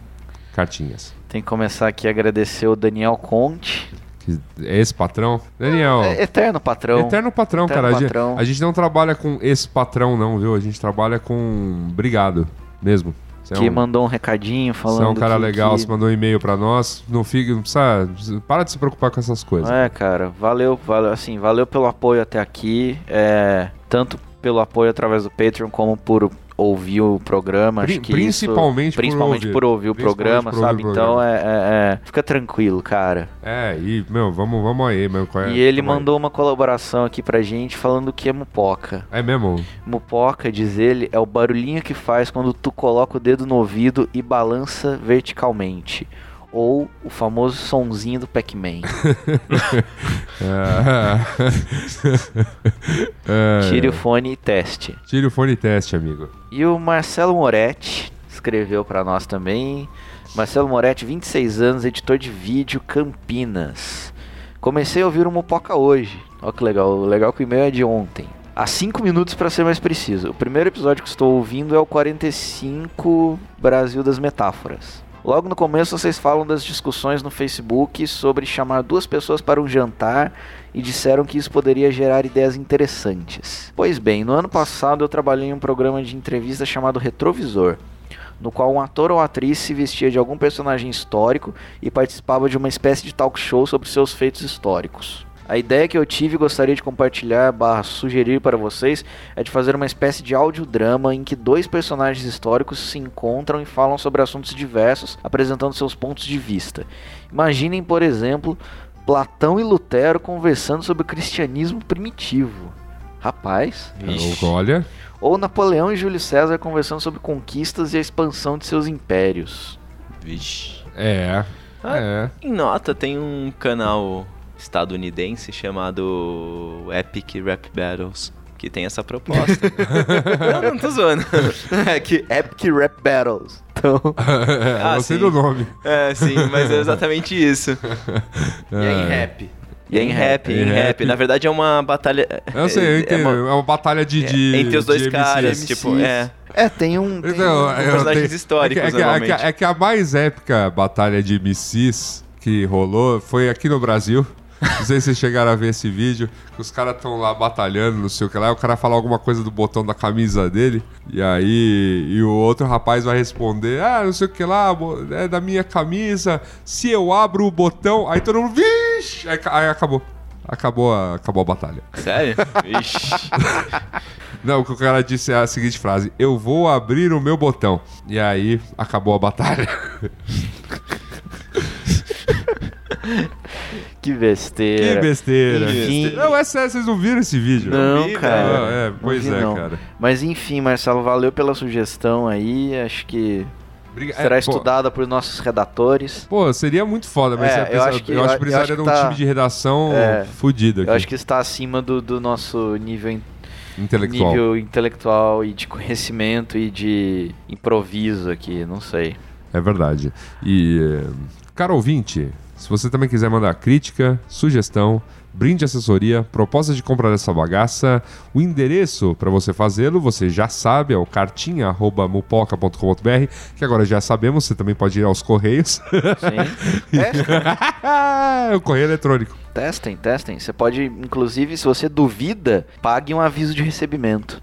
[SPEAKER 4] Cartinhas.
[SPEAKER 3] Tem que começar aqui a agradecer o Daniel Conte,
[SPEAKER 4] que é esse patrão. Daniel.
[SPEAKER 3] É eterno patrão.
[SPEAKER 4] Eterno patrão,
[SPEAKER 3] Eterno
[SPEAKER 4] cara. A gente-
[SPEAKER 3] patrão.
[SPEAKER 4] A gente não trabalha com esse patrão, não, viu? A gente trabalha com. Obrigado mesmo. Você é
[SPEAKER 3] que
[SPEAKER 4] um-
[SPEAKER 3] mandou um recadinho falando.
[SPEAKER 4] Você é um cara
[SPEAKER 3] que-
[SPEAKER 4] legal,
[SPEAKER 3] que-
[SPEAKER 4] você mandou um e-mail pra nós. Não fica, não precisa, para de se preocupar com essas coisas.
[SPEAKER 3] É, cara, valeu, valeu, assim, valeu pelo apoio até aqui, é, tanto pelo apoio através do Patreon como por ouvir o programa, acho
[SPEAKER 4] Pri-
[SPEAKER 3] que
[SPEAKER 4] principalmente
[SPEAKER 3] isso,
[SPEAKER 4] por
[SPEAKER 3] principalmente
[SPEAKER 4] ouvir.
[SPEAKER 3] por ouvir o
[SPEAKER 4] Principalmente
[SPEAKER 3] programa,
[SPEAKER 4] por ouvir
[SPEAKER 3] sabe?
[SPEAKER 4] o
[SPEAKER 3] Então
[SPEAKER 4] programa.
[SPEAKER 3] é, é- é, fica tranquilo, cara.
[SPEAKER 4] É, e, meu, vamos, vamos aí, meu. qual é-
[SPEAKER 3] e ele
[SPEAKER 4] vamos aí.
[SPEAKER 3] mandou uma colaboração aqui pra gente falando que é mupoca.
[SPEAKER 4] É mesmo?
[SPEAKER 3] Mupoca, diz ele, é o barulhinho que faz quando tu coloca o dedo no ouvido e balança verticalmente. Ou o famoso sonzinho do Pac-Man.
[SPEAKER 4] É.
[SPEAKER 3] Tire o fone e teste.
[SPEAKER 4] Tire o fone e teste, amigo.
[SPEAKER 3] E o Marcelo Moretti escreveu pra nós também. Marcelo Moretti, 26 anos, editor de vídeo, Campinas. Comecei a ouvir o Mupoca hoje. Ó que legal, o legal que o e-mail é de ontem. Há 5 minutos pra ser mais preciso. O primeiro episódio que estou ouvindo é o 45 Brasil das Metáforas. Logo no começo vocês falam das discussões no Facebook sobre chamar duas pessoas para um jantar e disseram que isso poderia gerar ideias interessantes. Pois bem, no ano passado eu trabalhei em um programa de entrevista chamado Retrovisor, no qual um ator ou atriz se vestia de algum personagem histórico e participava de uma espécie de talk show sobre seus feitos históricos. A ideia que eu tive e gostaria de compartilhar barra sugerir para vocês é de fazer uma espécie de audiodrama em que dois personagens históricos se encontram e falam sobre assuntos diversos, apresentando seus pontos de vista. Imaginem, por exemplo, Platão e Lutero conversando sobre o cristianismo primitivo. Rapaz.
[SPEAKER 4] Eu- É, Olha,
[SPEAKER 3] Ou Napoleão e Júlio César conversando sobre conquistas e a expansão de seus impérios.
[SPEAKER 5] Vixe.
[SPEAKER 4] é.
[SPEAKER 5] Ah.
[SPEAKER 4] É.
[SPEAKER 5] Em nota, tem um canal estadunidense chamado Epic Rap Battles. Que tem essa proposta. não, não tô zoando. É que.
[SPEAKER 3] Epic Rap Battles. Então,
[SPEAKER 4] Tipo,
[SPEAKER 5] Ah,
[SPEAKER 4] Gostei
[SPEAKER 5] sim.
[SPEAKER 4] do nome.
[SPEAKER 5] É, sim, mas é exatamente isso.
[SPEAKER 2] E é em rap.
[SPEAKER 5] E é em rap,
[SPEAKER 4] Em
[SPEAKER 5] em rap.
[SPEAKER 4] rap.
[SPEAKER 5] Na verdade é uma batalha.
[SPEAKER 4] Eu sei, eu
[SPEAKER 5] é
[SPEAKER 4] entendo. É
[SPEAKER 5] uma-
[SPEAKER 4] uma, batalha de, de-
[SPEAKER 5] entre os dois
[SPEAKER 4] de
[SPEAKER 5] caras,
[SPEAKER 4] MCs.
[SPEAKER 5] tipo, é.
[SPEAKER 3] é, tem um. tem
[SPEAKER 4] Então,
[SPEAKER 3] um-
[SPEAKER 4] eu
[SPEAKER 5] personagens
[SPEAKER 4] tenho-
[SPEAKER 5] históricos,
[SPEAKER 4] é que, é, que, é,
[SPEAKER 5] normalmente.
[SPEAKER 4] que, é que a mais épica batalha de MCs que rolou foi aqui no Brasil. Não sei se vocês chegaram a ver esse vídeo. que Os caras estão lá batalhando, não sei o que lá. e O cara fala alguma coisa do botão da camisa dele. E aí e o outro rapaz vai responder: Ah, não sei o que lá, bo- é da minha camisa. Se eu abro o botão. Aí todo mundo. Vixe! Aí, ca- aí acabou. Acabou a, acabou a batalha.
[SPEAKER 5] Sério? Ixi.
[SPEAKER 4] Não, o que o cara disse é a seguinte frase: Eu vou abrir o meu botão. E aí acabou a batalha.
[SPEAKER 3] Que besteira.
[SPEAKER 4] Que besteira.
[SPEAKER 3] Enfim.
[SPEAKER 4] Não, é sério, vocês não viram esse vídeo?
[SPEAKER 3] Não,
[SPEAKER 5] vi,
[SPEAKER 3] cara.
[SPEAKER 4] Ah, é,
[SPEAKER 3] Não
[SPEAKER 4] pois
[SPEAKER 3] vi,
[SPEAKER 4] é,
[SPEAKER 3] não.
[SPEAKER 4] cara.
[SPEAKER 3] Mas enfim, Marcelo, valeu pela sugestão aí. Acho que
[SPEAKER 4] Briga- é,
[SPEAKER 3] será
[SPEAKER 4] pô,
[SPEAKER 3] estudada por nossos redatores.
[SPEAKER 4] Pô, seria muito foda, mas é,
[SPEAKER 3] É, eu
[SPEAKER 4] precisa- eu,
[SPEAKER 3] acho
[SPEAKER 4] acho
[SPEAKER 3] que-
[SPEAKER 4] que,
[SPEAKER 3] eu- eu
[SPEAKER 4] precisaria
[SPEAKER 3] acho que
[SPEAKER 4] de um
[SPEAKER 3] tá-
[SPEAKER 4] time de redação
[SPEAKER 3] É.
[SPEAKER 4] fudido aqui,
[SPEAKER 3] Eu acho que está acima do, do nosso nível, in-
[SPEAKER 4] intelectual.
[SPEAKER 3] nível intelectual e de conhecimento e de improviso aqui, não sei.
[SPEAKER 4] É verdade. E, eh, cara ouvinte, se você também quiser mandar crítica, sugestão, brinde assessoria, proposta de compra dessa bagaça, o endereço para você fazê-lo, você já sabe, é o cartinha.mupoca.com.br, que agora já sabemos, você também pode ir aos correios.
[SPEAKER 3] Sim. testem,
[SPEAKER 4] o correio eletrônico.
[SPEAKER 3] testem, testem. Você pode, inclusive, se você duvida, pague um aviso de recebimento.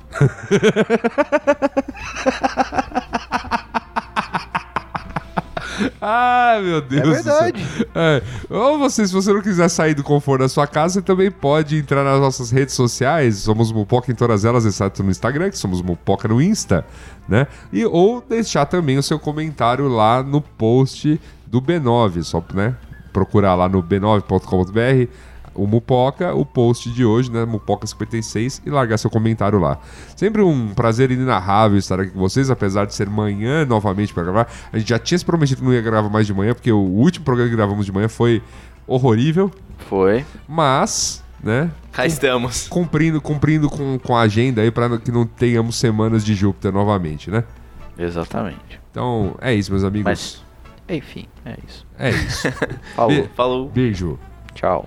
[SPEAKER 4] Ah, meu Deus.
[SPEAKER 3] É verdade.
[SPEAKER 4] do céu. É. Ou você, se você não quiser sair do conforto da sua casa, você também pode entrar nas nossas redes sociais. Somos Mupoca em todas elas, exceto no Instagram, que somos Mupoca no Insta, né? E ou deixar também o seu comentário lá no post do B9, só, né? Procurar lá no b9.com.br o Mupoca, o post de hoje, né? Mupoca 56 e largar seu comentário lá. Sempre um prazer inenarrável estar aqui com vocês, apesar de ser manhã novamente para gravar. A gente já tinha se prometido que não ia gravar mais de manhã, porque o último programa que gravamos de manhã foi horrorível,
[SPEAKER 3] Foi.
[SPEAKER 4] mas, né?
[SPEAKER 5] Cá estamos.
[SPEAKER 4] Cumprindo, cumprindo com, com a agenda aí para que não tenhamos semanas de Júpiter novamente, né?
[SPEAKER 3] Exatamente.
[SPEAKER 4] Então, é isso, meus amigos.
[SPEAKER 3] Mas, enfim, é isso.
[SPEAKER 4] É isso.
[SPEAKER 3] Falou.
[SPEAKER 5] Falou.
[SPEAKER 4] Beijo.
[SPEAKER 3] Tchau.